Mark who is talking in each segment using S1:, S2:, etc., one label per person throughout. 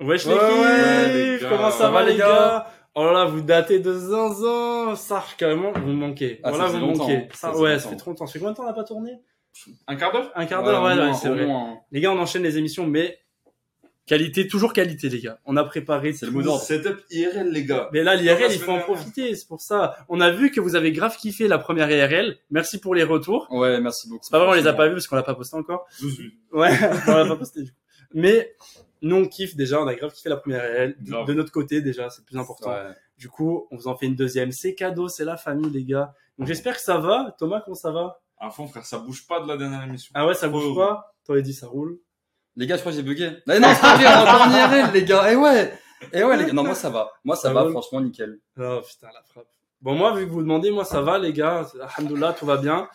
S1: Wesh
S2: Ouais,
S1: les
S2: ouais,
S1: kiffs,
S2: les gars.
S1: comment ça
S2: Ça
S1: va
S2: va,
S1: les
S2: les
S1: gars Oh là là, vous datez de zinzin, Sarge carrément, vous me manquez.
S2: Ah, ça
S1: voilà,
S2: fait
S1: vous me
S2: longtemps.
S1: manquez.
S2: Ça
S1: Sarge,
S2: fait
S1: ouais,
S2: longtemps.
S1: ça fait trop longtemps. Ça fait combien de temps on n'a pas tourné
S2: Un quart d'heure
S1: Un quart d'heure, ouais,
S2: au
S1: ouais,
S2: moins,
S1: c'est
S2: au
S1: vrai.
S2: moins. hein.
S1: Les gars, on enchaîne les émissions, mais qualité, toujours qualité les gars. On a préparé.
S2: C'est le mot d'ordre. Setup IRL, les gars.
S1: Mais là, l'IRL,
S2: la
S1: il faut en
S2: semaine dernière.
S1: profiter, c'est pour ça. On a vu que vous avez grave kiffé la première IRL. Merci pour les retours.
S2: Ouais, merci beaucoup.
S1: C'est pas vrai, on les a pas vus parce qu'on l'a pas posté encore. Ouais, on l'a pas posté du coup. Mais nous, on kiffe déjà, on a grave kiffé la première IRL. De,
S2: Grave.
S1: de notre côté déjà, c'est le plus important.
S2: Ouais.
S1: Du coup, on vous en fait une deuxième. C'est cadeau, c'est la famille, les gars. Donc j'espère que ça va. Thomas, comment ça va
S2: À fond, frère, ça bouge pas de la dernière émission.
S1: Ah ouais, ça
S2: Trop
S3: Oh.
S1: bouge
S2: heureux.
S1: pas T'aurais dit ça roule.
S3: Les gars, je crois que j'ai bugué. Mais non, c'est pas vrai, on est encore en IRL, les gars. Eh ouais. Eh ouais, les gars. Non, moi, ça va. Moi, ça
S1: Ça va.
S3: va, franchement, nickel.
S1: Oh putain, la frappe. Bon, moi, vu que vous demandez, moi, ça va, les gars. Alhamdoulilah, tout va bien.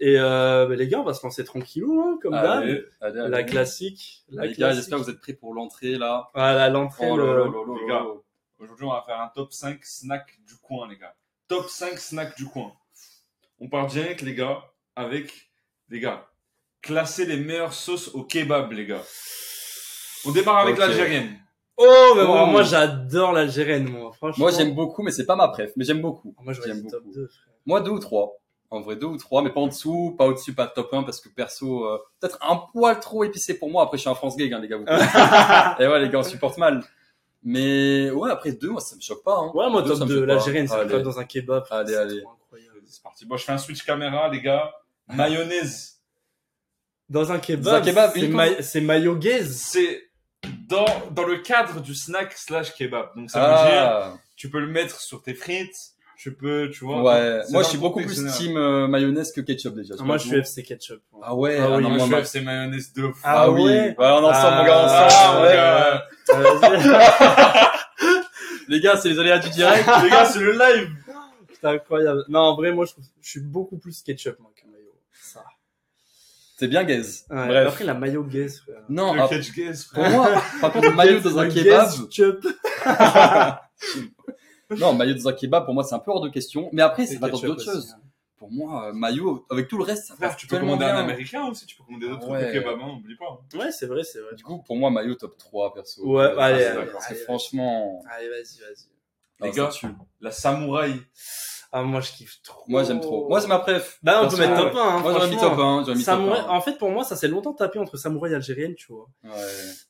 S1: Et euh, bah, les gars, on va se lancer tranquillou, hein, comme d'hab.
S2: Allez,
S3: Allez, allez,
S1: La
S3: allez.
S1: classique. La
S3: Les gars, j'espère que vous êtes prêts pour l'entrée, là.
S1: Voilà, l'entrée.
S3: Oh,
S1: le-
S3: là, là, là, là,
S2: Les
S3: là,
S2: gars.
S3: là.
S2: aujourd'hui, on va faire un top 5 snack du coin, les gars. Top 5 snack du coin. On part direct, les gars, avec, les gars, classer les meilleures sauces au kebab, les gars. On démarre avec
S3: Ok.
S2: l'algérienne.
S1: Oh, mais moi,
S3: Oh.
S1: moi, j'adore l'Algérienne, moi. Franchement. Ah,
S3: Moi, j'aime beaucoup, mais c'est pas ma préf. Mais j'aime beaucoup.
S1: Moi, j'aurais
S3: J'aime
S1: dit top
S3: beaucoup.
S1: 2, frère.
S3: Moi, deux ou trois. En vrai, deux ou trois, mais pas en dessous, pas au-dessus, pas top 1, parce que perso, euh, peut-être un poil trop épicé pour moi. Après, je suis un France gay, hein, les gars. Vous Et ouais, les gars, on supporte mal. Mais ouais, après deux, moi, ça me choque pas. Hein.
S1: Ouais, moi,
S3: Deux, ça
S1: top 2.
S3: me choque pas.
S1: L'Algérienne, c'est
S3: Allez.
S1: comme dans un kebab. frère,
S3: Allez,
S1: c'est
S3: allez.
S1: trop incroyable.
S2: C'est parti. Bon, je fais un switch caméra, les gars. Mayonnaise.
S1: Dans un kebab,
S3: Dans un kebab,
S1: c'est
S3: uniquement-
S1: ma- c'est mayo gaze.
S2: c'est dans, dans le cadre du snack slash kebab. Donc ça veut dire,
S3: Ah,
S2: tu peux le mettre sur tes frites, tu peux, tu vois.
S3: ouais.
S2: C'est
S3: Moi,
S2: dans
S3: je suis
S2: le
S3: beaucoup plus
S2: confectionnaire.
S3: team euh, mayonnaise que ketchup déjà.
S1: Ah, moi,
S3: sais
S1: je
S3: pas
S1: suis FC
S3: vous.
S1: ketchup. moi.
S3: Ah ouais.
S1: Ah oui,
S3: non,
S2: Moi,
S3: moi,
S2: je
S3: ma-
S2: fais c'est mayonnaise de fou.
S1: Ah
S3: Ah oui,
S1: ouais.
S3: ouais, on est ensemble, mon gars, on est
S1: Ah,
S3: ensemble.
S2: mon
S3: ouais.
S1: Euh,
S2: gars.
S3: Les gars, c'est les aléas du direct.
S2: Les gars, c'est le live.
S1: c'est incroyable. Non, en vrai, moi, je, trouve- je suis beaucoup plus ketchup, moi, que mayo. Ça.
S3: C'est bien gaze.
S1: Ouais,
S3: Bref.
S1: Après, la mayo gaze, frère.
S3: Non,
S2: Le
S3: ah,
S2: catch guess.
S3: pour moi, par contre, maillot dans un
S1: Le
S3: kebab.
S1: gaze ketchup.
S3: Non, maillot dans un kebab, pour moi, c'est un peu hors de question. Mais après,
S1: C'est
S3: ça va dans
S1: ketchup
S3: d'autres
S1: aussi,
S3: choses.
S1: hein.
S3: Pour moi, euh, maillot, avec tout le reste, ça
S2: Frère,
S3: passe
S2: tu peux
S3: tellement
S2: commander un
S3: bien.
S2: américain aussi, tu peux commander d'autres
S3: Ouais.
S2: trucs au kebab, hein, n'oublie pas.
S1: Ouais, c'est vrai, c'est vrai.
S3: Du coup, pour moi, maillot top 3, perso.
S1: Ouais,
S3: Euh,
S1: allez,
S3: ça,
S2: allez,
S3: Parce
S1: allez.
S3: que franchement,
S1: Allez, vas-y, vas-y.
S2: Les
S3: non, Ah, ça
S2: gars.
S3: tue.
S2: La samouraï.
S1: Ah, moi, je kiffe trop.
S3: moi, j'aime trop. Moi, c'est ma préf.
S1: Bah, on peut
S3: Perso,
S1: mettre top
S3: ouais.
S1: 1, hein,
S3: Moi, j'aurais mis top
S1: franchement.
S3: 1, j'aurais mis top
S1: Samouraï-
S3: 1.
S1: En fait, pour moi, ça s'est longtemps tapé entre samouraï et algérienne, tu vois.
S3: Ouais.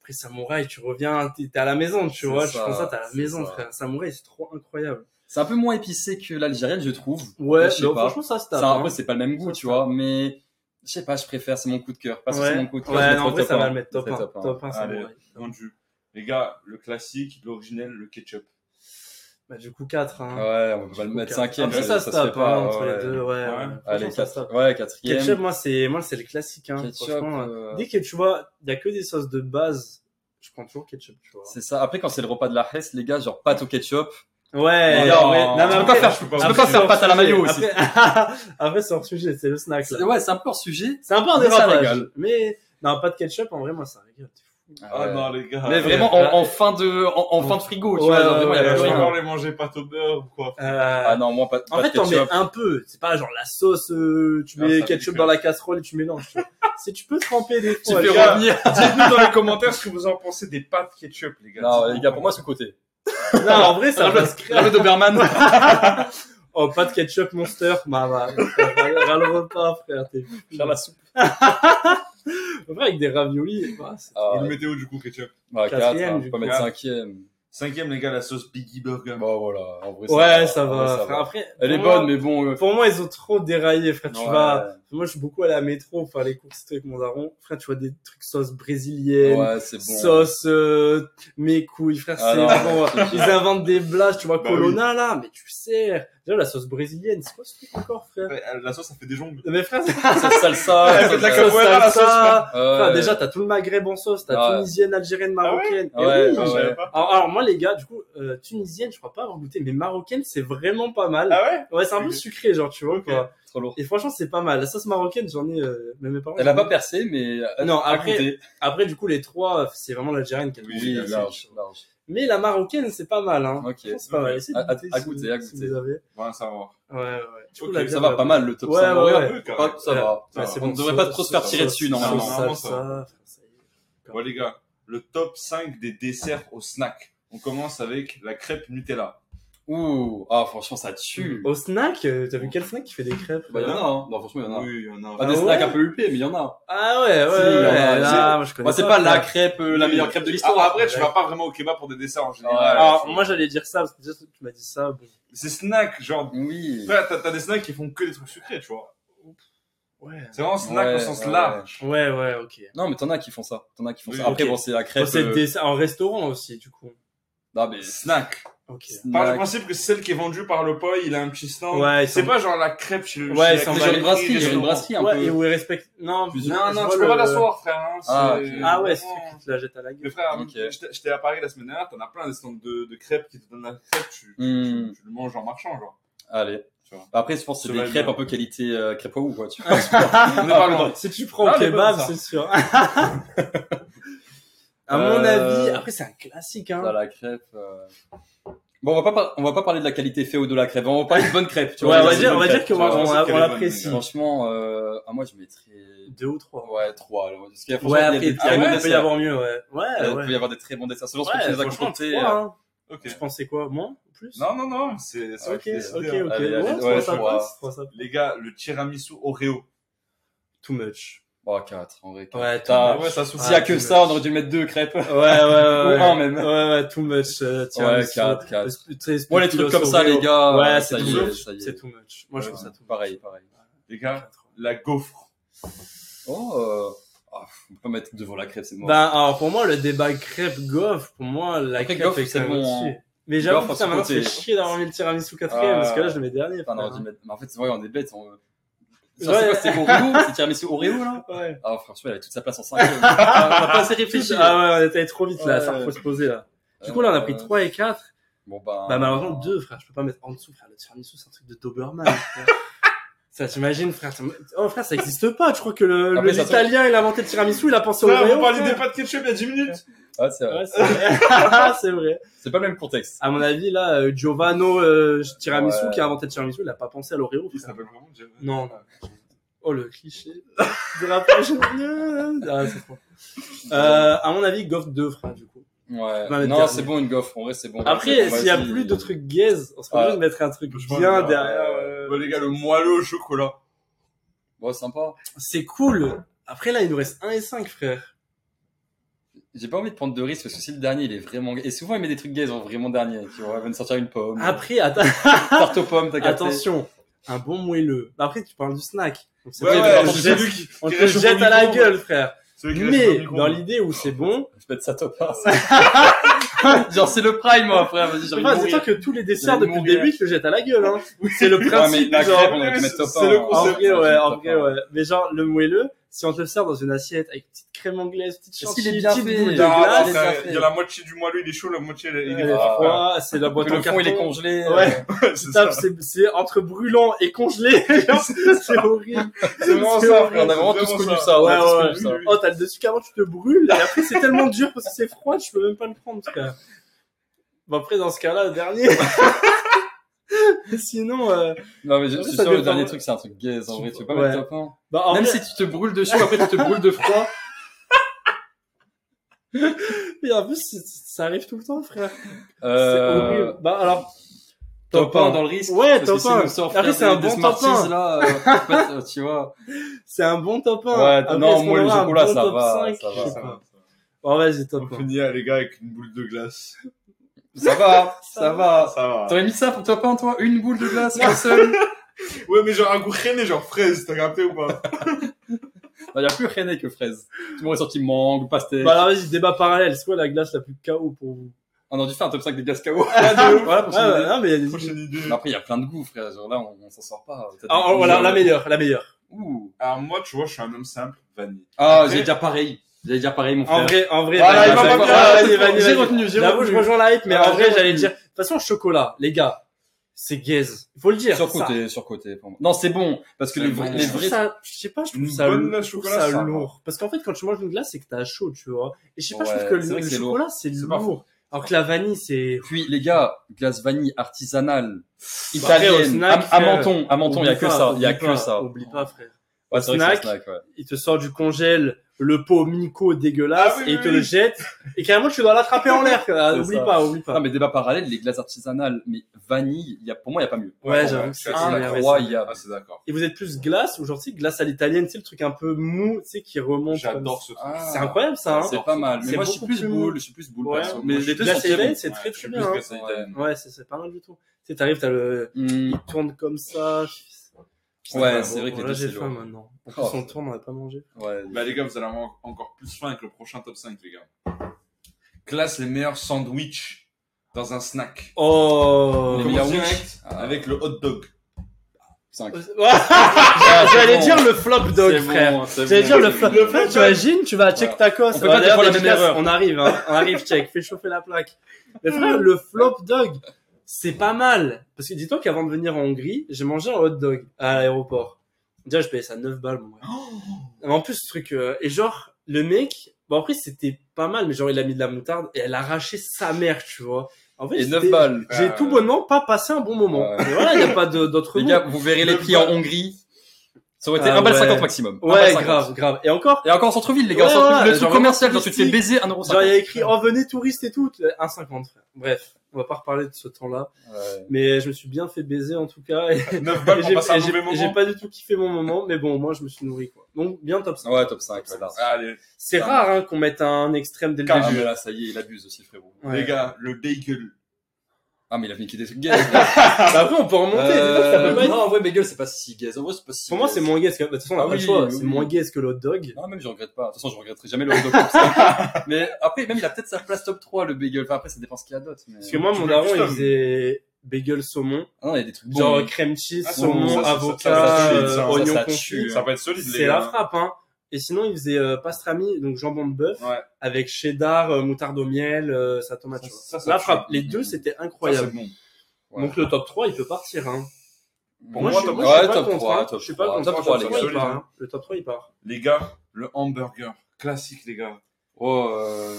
S1: Après, samouraï, tu reviens, t'es t'es à la maison, tu
S3: C'est
S1: vois.
S3: ça,
S1: je pense ça, t'es à la
S3: c'est
S1: maison,
S3: ça.
S1: frère. Samouraï, c'est trop incroyable.
S3: C'est un peu moins épicé que l'algérienne, je trouve.
S1: Ouais,
S3: je sais
S1: donc,
S3: pas.
S1: franchement, ça, se tape.
S3: Ça,
S1: hein.
S3: après, c'est pas le même
S1: Ça,
S3: goût, tu vois, mais je sais pas, je préfère, c'est mon coup de cœur. Parce que
S1: ouais,
S3: c'est mon coup de cœur. je
S1: ouais
S3: le
S1: non, en
S3: trouve
S1: vrai,
S3: top hein.
S1: ça va
S3: un.
S1: le mettre top
S3: Je
S1: 1.
S3: le fais
S1: Top 1, samouraï.
S2: Allez. Vendu. Les gars, le classique, l'originel, le ketchup.
S1: Bah, du coup, 4. Hein.
S3: Ouais, on va le mettre cinquième.
S1: Après, ça, se tape, hein,
S3: pas,
S1: entre
S3: ouais.
S1: les deux, ouais.
S2: Ouais.
S1: ouais.
S3: Allez,
S1: Franchement, ça se tape.
S3: quatre... ouais, quatrième.
S1: Ketchup, moi, c'est, moi, c'est le classique, hein.
S3: Ketchup,
S1: Franchement, euh,
S3: euh,
S1: dès que tu vois, il y a que des sauces de base, je prends toujours ketchup, tu vois.
S3: C'est ça. Après, quand c'est le repas de la Hesse, les gars, genre pâte au ketchup.
S1: Ouais,
S3: Eh, Non,
S1: ouais.
S3: non, mais
S2: je peux
S3: après-
S2: pas faire, je peux
S3: je
S2: pas faire.
S3: peux pas faire pâte à la mayo aussi.
S1: Après, après, c'est hors sujet, c'est le snack,
S3: C'est-
S1: là.
S3: Ouais, c'est un peu hors sujet.
S1: C'est un peu un
S3: Mais ça
S1: dérapage.
S3: régale.
S1: Mais, non, pas de ketchup, en vrai, moi, ça régale. t'es fou.
S2: Ah non, les gars.
S3: Mais vraiment,
S1: bah, ouais.
S3: en, en fin de, en, en fin de frigo, tu
S1: Ouais,
S3: vois. genre, vraiment, il y a
S1: ouais,
S3: plus
S1: ouais.
S3: rien.
S2: encore les manger pâte au beurre ou quoi.
S1: Euh,
S3: Ah non, moi, pas,
S1: en
S3: pas de
S1: fait, t'en mets
S3: ketchup. Ah,
S1: un peu. C'est pas genre la sauce, euh, tu
S2: Non,
S1: mets
S2: ça fait
S1: ketchup
S2: du
S1: dans la casserole et tu mélanges. tu vois. si tu peux tremper des
S3: Tu
S1: fois.
S3: fais
S1: les gars.
S3: revenir.
S2: Dites-nous dans les commentaires ce que vous en pensez des pâtes ketchup, les gars.
S3: Non,
S2: Dites-nous.
S3: les gars, pour moi, c'est côté.
S1: Non, en vrai, ça passe
S3: Le Doberman.
S1: Oh, pas de ketchup monster, bah, bah, râle le repas, frère, t'es fou.
S3: Faire la soupe.
S1: En vrai, avec des raviolis, bah, c'est-
S3: Ah,
S2: Vous le mettez où, du coup, ketchup
S3: Ouais, quatre,
S1: Quatrième,
S3: hein,
S1: du
S3: on peut
S1: coup.
S3: mettre
S2: Quatre.
S3: cinquième.
S2: Cinquième, les gars, la sauce Biggie Burger.
S3: Bon, voilà, en vrai,
S1: Ouais, ça va,
S3: en vrai, ça
S1: frère. Après,
S3: Elle est
S1: pour moi-
S3: bonne, mais bon. euh,
S1: Pour moi, ils ont trop déraillé, frère, tu
S3: ouais.
S1: vas, moi, je suis beaucoup allé à la métro, faire les courses, tout avec mon daron. Frère, tu vois des trucs sauce brésilienne,
S3: Ouais, c'est bon.
S1: sauce, euh, mes couilles, frère,
S3: Ah
S1: c'est
S3: non,
S1: bon.
S3: c'est
S1: Ils inventent des blagues, tu vois,
S2: Bah
S1: Colonna, là, mais tu sers. Déjà, la sauce brésilienne, c'est quoi ce truc encore, frère?
S2: Euh, La sauce, ça fait des jongles.
S1: Mais frère,
S3: Sauce salsa.
S2: Elle fait de la
S3: sauce-
S2: capoeira. capoeira, la sauce,
S1: salsa.
S3: Ouais.
S1: Enfin, déjà, t'as tout le Maghreb en sauce, t'as
S3: Ouais.
S1: tunisienne, algérienne,
S2: ouais
S1: marocaine. Eh
S3: Ouais,
S1: oui.
S3: ouais.
S2: Ah, Je savais pas.
S1: Alors, alors, moi, les gars, du coup, euh, tunisienne, je crois pas avoir goûté, mais marocaine, c'est vraiment pas mal.
S2: Ah ouais
S1: ouais, c'est un peu
S2: Ok.
S1: sucré, genre, tu vois,
S2: Ok.
S1: quoi.
S3: Trop lourd.
S1: Et franchement, c'est pas mal. La sauce marocaine, j'en ai, euh, même mes parents.
S3: Elle a
S1: j'en ai.
S3: pas percé, mais. euh,
S1: Non,
S3: à
S1: après-
S3: goûter.
S1: Après, du coup, les trois, euh, c'est vraiment l'algérienne qui a le
S2: Oui,
S1: goût
S3: Oui,
S1: classique.
S3: large, large.
S1: Mais la marocaine, c'est pas mal, hein.
S3: Ok.
S1: Franchement, C'est pas mal. Essayez de
S3: À- à-
S1: goûter
S3: à
S1: si
S3: goûter,
S1: vous-
S3: à
S1: si
S3: goûter.
S1: vous avez.
S2: Voilà, ça va.
S1: Ouais, ouais, ouais. Du coup,
S2: Ok,
S1: la
S3: Ça,
S1: bière,
S3: va pas mal le top
S1: Ouais,
S3: 5.
S1: ouais,
S3: Ouais,
S1: ouais.
S2: Ouais,
S3: Ah, Ça
S1: Ouais.
S3: va.
S1: Ouais, c'est
S3: On
S1: bon,
S3: devrait
S1: sauce-
S3: pas trop se faire
S1: sauce-
S3: tirer dessus,
S1: sauce
S3: normalement.
S1: salsa, frère, euh, ça y est.
S2: Ouais, les gars, le top 5 des desserts au snack. On commence avec la crêpe Nutella.
S3: Ouh, ah, franchement, ça tue.
S1: Au snack, euh, t'as vu quel snack qui fait des crêpes
S3: Bah, il y en a, hein. Non, franchement, il y en a.
S2: Oui, il y en a.
S3: Pas des
S1: Ah
S3: snacks
S1: ouais
S3: un peu huppés, mais il y en a.
S1: Ah ouais, ouais,
S3: Si, il y en
S1: ouais,
S3: a,
S1: là, moi, je connais
S3: Moi, c'est pas la
S1: ça.
S3: crêpe, euh, la meilleure crêpe de l'histoire.
S2: Ah, après, tu
S1: ouais.
S2: vas pas vraiment au kebab pour des desserts en général.
S3: Ouais.
S1: Alors, moi, j'allais dire ça, parce que déjà, tu m'as dit ça. bon.
S2: C'est snack, genre.
S3: Oui.
S2: Frère, T'as t'as des snacks qui font que des trucs sucrés, tu vois.
S1: Ouais.
S2: C'est vraiment snack
S3: Ouais,
S2: au sens
S3: ouais,
S2: large.
S1: Ouais, ouais, ok.
S3: Non, mais t'en as qui font ça. T'en as qui font
S2: Oui,
S3: ça. Après,
S1: ok.
S3: bon, c'est la
S1: Bon,
S3: crêpe.
S1: c'est
S3: euh,
S1: des- en restaurant aussi, du coup.
S3: Non, mais.
S2: Snack.
S1: Ok.
S2: Par le
S3: snack.
S2: principe que celle qui est vendue par le poi, il a un petit stand.
S1: Ouais, ils
S2: c'est
S1: sont-
S2: pas genre la crêpe chez le
S1: Ouais,
S2: chez
S1: ils
S2: la
S1: sont-
S3: Il y
S1: Dans
S3: a
S1: les
S3: une brasserie, il y a
S2: restaurants.
S3: une brasserie un
S1: ouais, et
S3: peu.
S1: où ils respectent. Non,
S2: Non,
S1: je
S2: non,
S1: vois
S2: tu peux pas
S1: le-
S2: l'asseoir, frère. Hein.
S3: Ah,
S2: c'est-
S3: ok.
S1: Ah ouais, c'est
S2: Vraiment.
S1: tu te la jettes à la
S2: Mais
S1: gueule.
S2: frère, hein.
S3: Ok.
S2: j'étais- j'étais à Paris la semaine dernière, t'en as plein des stands de, de crêpes qui te donnent la crêpe, tu,
S3: Hmm.
S2: tu le manges en marchant, genre.
S3: Allez.
S2: Tu vois.
S3: Après, je pense que c'est
S2: Je vais
S3: des crêpes
S2: bien.
S3: un peu qualité euh, crêpe ou quoi. Tu vois.
S1: Ah,
S2: On est pas loin.
S1: Si tu prends
S2: Ah,
S1: au
S2: elle est
S1: kebab,
S2: bonne, ça.
S1: c'est sûr. à mon
S3: Euh,
S1: avis, après, c'est un classique, hein.
S3: Dans la crêpe. euh. Bon, on va pas par- on va pas parler de la qualité fait ou de la crêpe. On va parler de bonne crêpe. Tu
S1: Ouais,
S3: vois.
S1: on va
S3: C'est
S1: dire,
S3: une
S1: on va
S3: bonne
S1: dire
S3: crêpe.
S1: qu'on
S2: vois,
S1: on-
S2: on sait
S1: on
S2: qu'elle est
S1: l'apprécie.
S2: bonne,
S3: Franchement, euh... ah, moi je mettrais
S1: Deux ou trois.
S3: ouais trois. alors. Parce qu'il y a- franchement,
S1: Ouais,
S3: il y a
S1: après,
S3: des très
S1: il
S3: bons
S1: peut y
S3: desserts.
S1: avoir mieux, ouais. Ouais,
S3: Il peut y
S1: ouais.
S3: avoir des très bons dessins. Selon ce Euh, que tu
S1: Ouais,
S3: nous as euh,
S1: franchement,
S3: compté.
S1: trois, hein.
S2: Ok.
S1: Je pensais quoi, moi Plus
S2: Non, non, non, c'est
S1: Ok,
S2: c'est vrai
S1: ok,
S2: que c'est
S1: ok.
S2: décidé, hein.
S3: Allez,
S1: Ouais,
S3: allez,
S1: trois,
S3: ouais,
S1: ça
S3: trois.
S1: passe, trois, ça passe.
S2: Les gars, le tiramisu Oreo.
S1: Too much.
S3: Oh, 4 en vrai. quatre.
S1: Ouais,
S3: Putain,
S2: Ah ouais, ça souffle.
S3: S'il y a
S1: Ah,
S3: que
S1: too
S3: ça, on
S1: much.
S3: aurait dû mettre deux crêpes.
S1: Ouais, ouais, ouais.
S3: Ou un même.
S1: Ouais, ouais, too much. euh,
S3: Ouais,
S1: tiramisu.
S3: 4, 4.
S1: Le- tu sais,
S3: Moi, les trucs comme ça,
S1: Oreo.
S3: les gars.
S1: Ouais,
S3: ça
S1: c'est
S3: y
S1: too
S3: est,
S1: much.
S3: ça y est.
S1: C'est too much. Moi, je trouve ça too much.
S3: Euh, Pareil, pareil.
S2: Les gars, la gaufre.
S3: Oh, euh... ah, on peut pas mettre devant la crêpe, c'est mort.
S1: Ben, alors pour moi, le débat crêpe goff, pour moi, la
S3: Après,
S1: crêpe
S3: gaufre,
S1: est quand
S3: c'est
S1: même
S3: bon,
S1: au-dessus. Mais
S3: Gaufre,
S1: j'avoue,
S3: à
S1: putain,
S3: ce
S1: maintenant,
S3: côté.
S1: c'est chier d'avoir mis le tiramisu quatrième,
S3: Ah.
S1: parce que là, je le mets dernier.
S3: Enfin, on aurait
S1: frère.
S3: dû mettre- Mais en fait, c'est vrai, on est bête. On... Ça,
S1: Ouais.
S3: C'est quoi, c'est Oreo C'est tiramisu Oreo, là
S1: Ouais.
S3: Ah, franchement, elle a toute sa place en 5 On a pas assez réfléchi.
S1: Ah ouais, on est allé trop vite, là,
S3: Ouais.
S1: ça faut se poser, là. Euh, Du coup, là, on a pris 3 et 4.
S3: Bon, bah.
S1: Bah, malheureusement, 2, frère, je peux pas mettre en dessous, frère. Le tiramisu, c'est un truc de Doberman, frère. Ça, t'imagines, frère. t'im- Oh, frère, ça existe pas. Je crois que le,
S3: Après,
S1: le
S3: ça-
S1: Italien, il a inventé le tiramisu, il a pensé au
S2: Frère,
S1: Oreo,
S2: vous parliez des
S1: frère.
S2: pâtes ketchup il y a 10 minutes.
S3: Ah, c'est vrai.
S1: Ouais, c'est vrai. C'est vrai.
S3: C'est pas le même contexte.
S1: À mon avis, là, euh, Giovanni euh, Tiramisu
S3: Ouais.
S1: qui a inventé le tiramisu, il a pas pensé à l'Oreo.
S2: Il
S1: frère.
S2: s'appelle vraiment Jeff.
S1: Non. Oh, le cliché de la page ah, c'est trop. euh, À mon avis, Goff 2, frère, du coup.
S3: Ouais.
S1: Dans les
S3: Non,
S1: derniers.
S3: c'est bon, une gaufre. En vrai, c'est bon.
S1: Après,
S3: On va
S1: s'il y a
S3: essayer.
S1: plus de trucs gaze, on serait obligé de mettre un truc
S2: Je pense
S1: bien
S2: que-
S1: derrière.
S2: Euh,
S1: euh,
S2: bah, les gars, le moelleux au chocolat.
S3: Bon, sympa.
S1: euh, C'est cool. Après, là, il nous reste 1 et 5, frère.
S3: J'ai pas envie de prendre de risques parce que si le dernier il est vraiment. Et souvent il met des trucs gays, genre vraiment dernier. Tu vois, il va me sortir une pomme.
S1: Après, atta-
S3: tarte aux pommes, t'as capté.
S1: attention. Un bon moelleux. Bah, Après, tu parles du snack. Donc, c'est
S3: Ouais,
S1: vrai,
S3: ouais,
S1: on
S3: je
S1: te
S3: sais
S1: jette-
S2: celui qui-
S1: on
S2: qui
S1: te
S2: réchauffe au
S1: jette à la
S2: micro-ondes.
S1: gueule, frère.
S2: Celui qui réchauffe au
S1: Mais,
S2: micro-ondes.
S1: dans l'idée où c'est bon,
S3: Je vais mettre ça top 1. genre c'est le prime, moi, frère. Vas-y, j'ai envie de
S1: Enfin, c'est
S3: mourir.
S1: toi que tous les desserts
S3: J'allais
S1: depuis le
S3: mourir.
S1: début, tu le jettes à la gueule. Hein. C'est le
S3: Ouais, mais
S1: principe.
S3: la
S1: genre,
S3: crêpe, on aurait
S2: mais
S3: pu mettre top 1.
S2: c'est le
S1: en
S2: concept.
S1: vrai, ouais, en vrai, ouais. Mais genre, le moelleux, si on te le sert dans une assiette avec petite crème anglaise, petite
S3: Est-ce qu'il
S1: chantilly,
S3: est bien
S1: petite
S3: fait
S1: boule de
S3: Non,
S1: glace,
S3: c'est
S2: frère,
S3: bien fait.
S2: il y a la moitié du moelleux, il est chaud, la moitié, il est il est
S1: il est
S3: Ah.
S1: froid, c'est la boîte
S3: Le
S1: en
S3: fond
S1: carton.
S3: il est congelé.
S1: Ouais.
S3: euh,
S2: C'est
S1: Putain,
S2: ça.
S1: c'est- C'est entre brûlant et congelé. c'est horrible.
S2: C'est vraiment
S1: c'est
S2: ça,
S1: horrible.
S2: frère.
S3: On a vraiment tous connu ça. on
S1: Ouais,
S3: a tous
S1: ouais,
S3: connu ça.
S2: ouais.
S1: Oh, t'as le dessus qu'avant, tu te brûles. Et après, c'est tellement dur parce que c'est froid, tu peux même pas le prendre, frère. Bon, après, dans ce cas-là, le dernier. Sinon, euh,
S3: Non, mais je je
S1: Ça
S3: suis sûr, le
S1: dépend.
S3: dernier truc c'est un truc gays. En vrai, tu veux pas
S1: Ouais.
S3: mettre top 1.
S1: bah, en
S3: Même
S1: vrai-
S3: si tu te brûles de chaud, après tu te brûles de froid.
S1: Mais en plus, c'est- ça arrive tout le temps, frère.
S3: Euh,
S1: C'est horrible. Bah alors,
S3: Top 1 dans le risque.
S1: Ouais,
S3: Parce que
S1: top
S3: si on
S1: 1.
S3: sort,
S1: Après,
S3: frère,
S1: c'est un
S3: des-
S1: bon
S3: des Smarties,
S1: top 1.
S3: là, euh, en fait, euh, tu vois.
S1: C'est un bon top 1.
S3: Ouais,
S1: Après,
S3: non,
S1: est-ce qu'on
S3: moi, le
S1: aura un
S3: chocolat,
S1: bon
S3: ça
S1: top
S3: va,
S1: 5?
S3: ça
S1: Je
S3: va.
S1: sais pas. Bon, vas-y, top hein.
S2: On
S1: 1.
S2: finit, hein, les gars, avec une boule de glace.
S3: Ça va, ça
S1: Ça
S3: va.
S2: Ça va.
S3: T'aurais mis ça pour top 1, toi Une boule de glace, un seul
S2: Ouais, mais genre un goût rené, genre fraise, t'as capté ou pas
S3: Il y a plus rien que fraise. Tu m'aurais sorti mangue, pastel.
S1: Bah alors, vas-y, débat parallèle. C'est quoi la glace la plus KO pour vous
S3: On aurait dû faire un top 5 des glaces KO.
S1: Voilà,
S3: prochaine
S1: ah,
S3: idée.
S1: bah, non, mais il y a des idées.
S2: Prochaine idée.
S3: Mais Après, il y a plein de goûts, frère. Genre là, on, on s'en sort pas. T'as
S1: Ah,
S3: des
S1: ah,
S3: goûts,
S1: voilà,
S3: euh,
S1: la meilleure, la meilleure.
S3: Ouh.
S2: Alors moi, tu vois, je suis un homme simple, vanille.
S3: Ah,
S2: Après-
S3: j'allais dire pareil. J'allais dire pareil, mon frère.
S1: En vrai, en vrai, vas-y,
S3: Voilà, il m'a
S1: vas-y,
S3: pas
S1: vas-y, vas-y,
S3: bien-
S1: vas-y,
S3: J'ai
S1: vas-y.
S3: retenu, j'ai
S1: J'avoue, je
S3: retenu.
S1: rejoins la hype, mais
S3: Ah,
S1: en vrai,
S3: j'ai
S1: j'allais
S3: retenu.
S1: dire. De toute façon, chocolat, les gars, c'est gaze. Faut le dire. ça.
S3: Surcoté, surcoté. pour moi. Non, c'est bon. Parce que
S2: C'est
S3: les vrais.
S2: bon.
S3: Les
S1: Je trouve
S3: vrais...
S1: ça, je sais pas, je
S2: Une
S1: trouve ça
S2: bonne glace
S1: je trouve
S2: chocolat,
S1: ça
S2: ça va.
S1: lourd. Parce qu'en fait, quand tu manges une glace, c'est que t'as chaud, tu vois. Et je sais pas, je
S3: Ouais,
S1: trouve que
S3: c'est
S1: le,
S3: vrai que
S1: le
S3: c'est lourd.
S1: chocolat, c'est
S2: C'est pas
S1: lourd. Alors que la vanille, c'est...
S3: Puis, les gars, glace vanille artisanale,
S1: Bah, après, au
S3: italienne,
S1: snack,
S3: à, à
S1: frère,
S3: menton, à menton, il y a
S1: Oublie
S3: que
S1: pas,
S3: ça, il y a
S1: oublie
S3: que
S1: pas,
S3: ça.
S1: Oublie pas, frère.
S3: Ouais, c'est vrai que c'est un
S1: Snack.
S3: snack, ouais.
S1: il te sort du congèle le pot Miko dégueulasse
S2: Ah oui,
S1: et il
S2: oui,
S1: te
S2: oui.
S1: le jette et carrément tu dois l'attraper en l'air. quoi.
S3: C'est
S1: Oublie
S3: ça. Ah,
S1: pas, oublie
S3: Non,
S1: pas.
S3: mais débat parallèle, les glaces artisanales, mais vanille, il y a, pour moi, il n'y a pas mieux.
S1: Ouais,
S2: bon,
S1: j'avoue,
S2: je suis
S1: c'est
S2: assez
S1: un, mais
S2: d'accord.
S1: ouais,
S3: Croix, il y a.
S2: Ah, c'est d'accord.
S1: Et vous êtes plus glace ou genre tu sais, glace à l'italienne, c'est le truc un peu mou, tu sais qui remonte. comme
S2: J'adore
S1: ça.
S2: ce truc.
S3: Ah,
S1: C'est incroyable ça. Hein
S3: C'est pas mal. Mais
S1: C'est
S3: moi, je suis
S1: beaucoup
S3: plus
S1: plus
S3: boule, je suis plus boule,
S1: Ouais,
S3: perso.
S1: mais
S3: Moi,
S1: les
S3: je suis
S1: deux
S3: plus
S1: sont
S3: très
S1: très
S3: bons.
S1: c'est très,
S2: je
S1: très
S2: suis
S1: bien,
S2: plus
S1: hein.
S2: que ça, Italie.
S1: ouais, c'est c'est pas mal du tout. Tu sais, t'arrives, t'as le,
S3: Hmm.
S1: il tourne comme ça.
S3: Ouais,
S1: Putain,
S3: c'est
S1: bon,
S3: vrai que les
S1: là,
S3: deux,
S1: j'ai
S3: c'est
S1: faim
S3: lourd.
S1: maintenant. En plus,
S3: Oh.
S1: on tourne, on n'a pas mangé.
S3: Ouais.
S2: Bah les gars, vous allez avoir encore plus faim avec le prochain top 5, les gars. Classe les meilleurs sandwichs dans un snack.
S1: Oh.
S3: Les
S2: Commence
S3: meilleurs
S2: direct
S3: Ah.
S1: Euh,
S2: avec le hot dog.
S3: Cinq.
S1: J'allais
S3: bon.
S1: dire le flop dog,
S3: C'est bon,
S1: frère.
S3: c'est
S1: J'allais
S3: bon.
S1: dire le flop.
S2: Le flop
S1: Tu imagines, tu vas à check tacos.
S3: On peut pas
S1: Ah,
S3: te faire la
S1: d'ailleurs,
S3: même
S1: dédicace,
S3: erreur.
S1: On arrive, hein. On arrive, check. Fais chauffer la plaque. Mais frère, le flop dog, c'est pas mal. Parce que dis-toi qu'avant de venir en Hongrie, j'ai mangé un hot dog à l'aéroport. Déjà, je payais ça 9 balles, mon gars.
S3: Oh.
S1: Mais En plus, ce truc, euh, et genre, le mec, bon après, c'était pas mal, mais genre, il a mis de la moutarde et elle a arraché sa mère, tu vois. En fait,
S3: Et 9
S1: c'était-
S3: balles.
S1: J'ai tout bonnement pas passé un bon moment.
S3: Euh, Ouais.
S1: Mais voilà, il n'y a pas de- d'autre
S3: Les
S1: mot.
S3: gars, vous verrez les
S2: Le
S3: prix en Hongrie. Ça aurait été
S1: Ah
S3: 1,50
S1: ouais.
S3: maximum.
S1: Ouais,
S3: 1,50.
S1: grave, grave. Et encore,
S3: Et encore en centre-ville, les gars.
S1: Ouais,
S3: en centre-ville,
S1: ouais,
S3: le truc
S1: genre
S3: commercial, quand
S1: vraiment
S3: tu te fais baiser 1,50€.
S1: Genre, il y a écrit, oh, venez touristes et tout. 1,50, frère. Bref, on va pas reparler de ce temps-là.
S3: Ouais.
S1: Mais je me suis bien fait baiser, en tout cas. Et
S2: 9 balles,
S1: et
S2: on
S1: j'ai
S2: passe un
S1: et j'ai-
S2: mauvais
S1: et j'ai
S2: moment.
S1: pas du tout kiffé mon moment, mais bon, moi, je me suis nourri, quoi. Donc, bien top 5.
S3: Ouais, top 5, ouais,
S1: Ah,
S3: large.
S2: Allez,
S1: C'est rare, hein, qu'on mette un extrême dès le
S3: Ah,
S1: début.
S3: mais là, ça y est, il abuse aussi, frérot.
S1: Ouais.
S2: les gars, le bagel.
S3: Ah, mais il a venu qui des trucs gays. là.
S1: Bah, après, on peut remonter. dis-donc, ça peut
S3: Euh,
S1: pas être-
S3: Non, en vrai, mes gueules, c'est pas si gays. En vrai, c'est pas si
S1: Pour moi,
S3: gays.
S1: c'est moins gay. parce que- bah, De toute façon, on a
S3: Ah
S1: pas le
S3: oui,
S1: choix.
S3: oui,
S1: C'est
S3: oui.
S1: moins gay que le hot dog.
S3: Non, même je regrette pas. De toute façon, je regretterai jamais le hot dog comme ça. mais après, même il a peut-être sa place top 3, le bagel. Enfin, après, ça dépend ce qu'il y a d'autre. Mais...
S1: Parce que moi,
S2: Tu
S1: mon
S2: veux
S1: daron,
S2: custom.
S1: il faisait bagel saumon,
S3: Ah non, il y a des trucs bons.
S1: genre
S3: mais-
S1: crème cheese,
S2: Ah, ça,
S1: saumon,
S2: ça, ça,
S1: avocat,
S2: ça, ça,
S1: euh,
S2: ça, ça,
S1: oignon
S3: ça
S1: confit.
S3: tue.
S2: Ça va être solide, les
S1: C'est la
S2: gars.
S1: frappe, hein. Et sinon, il faisait euh, pastrami, donc jambon de bœuf,
S2: Ouais.
S1: avec cheddar, euh, moutarde au miel, euh, sa tomate.
S2: Ça,
S1: tu vois.
S2: ça, ça
S1: la
S2: tue.
S1: frappe, les deux,
S3: Mhm.
S1: c'était
S2: Ça, c'est
S1: incroyable.
S2: bon.
S3: bon.
S1: Donc le top 3, il peut partir. Hein.
S2: Pour
S1: moi,
S2: moi,
S1: je,
S2: top-
S1: moi, je suis
S3: ouais,
S1: pas
S3: top
S1: contre,
S3: 3,
S1: hein.
S3: top
S1: je suis pas
S3: 3,
S1: contre.
S3: top 3,
S1: le
S3: les
S1: top 3,
S2: gars.
S1: il part. hein. Le top 3, il part.
S2: Les gars, le hamburger. Classique, les gars.
S3: Oh, euh,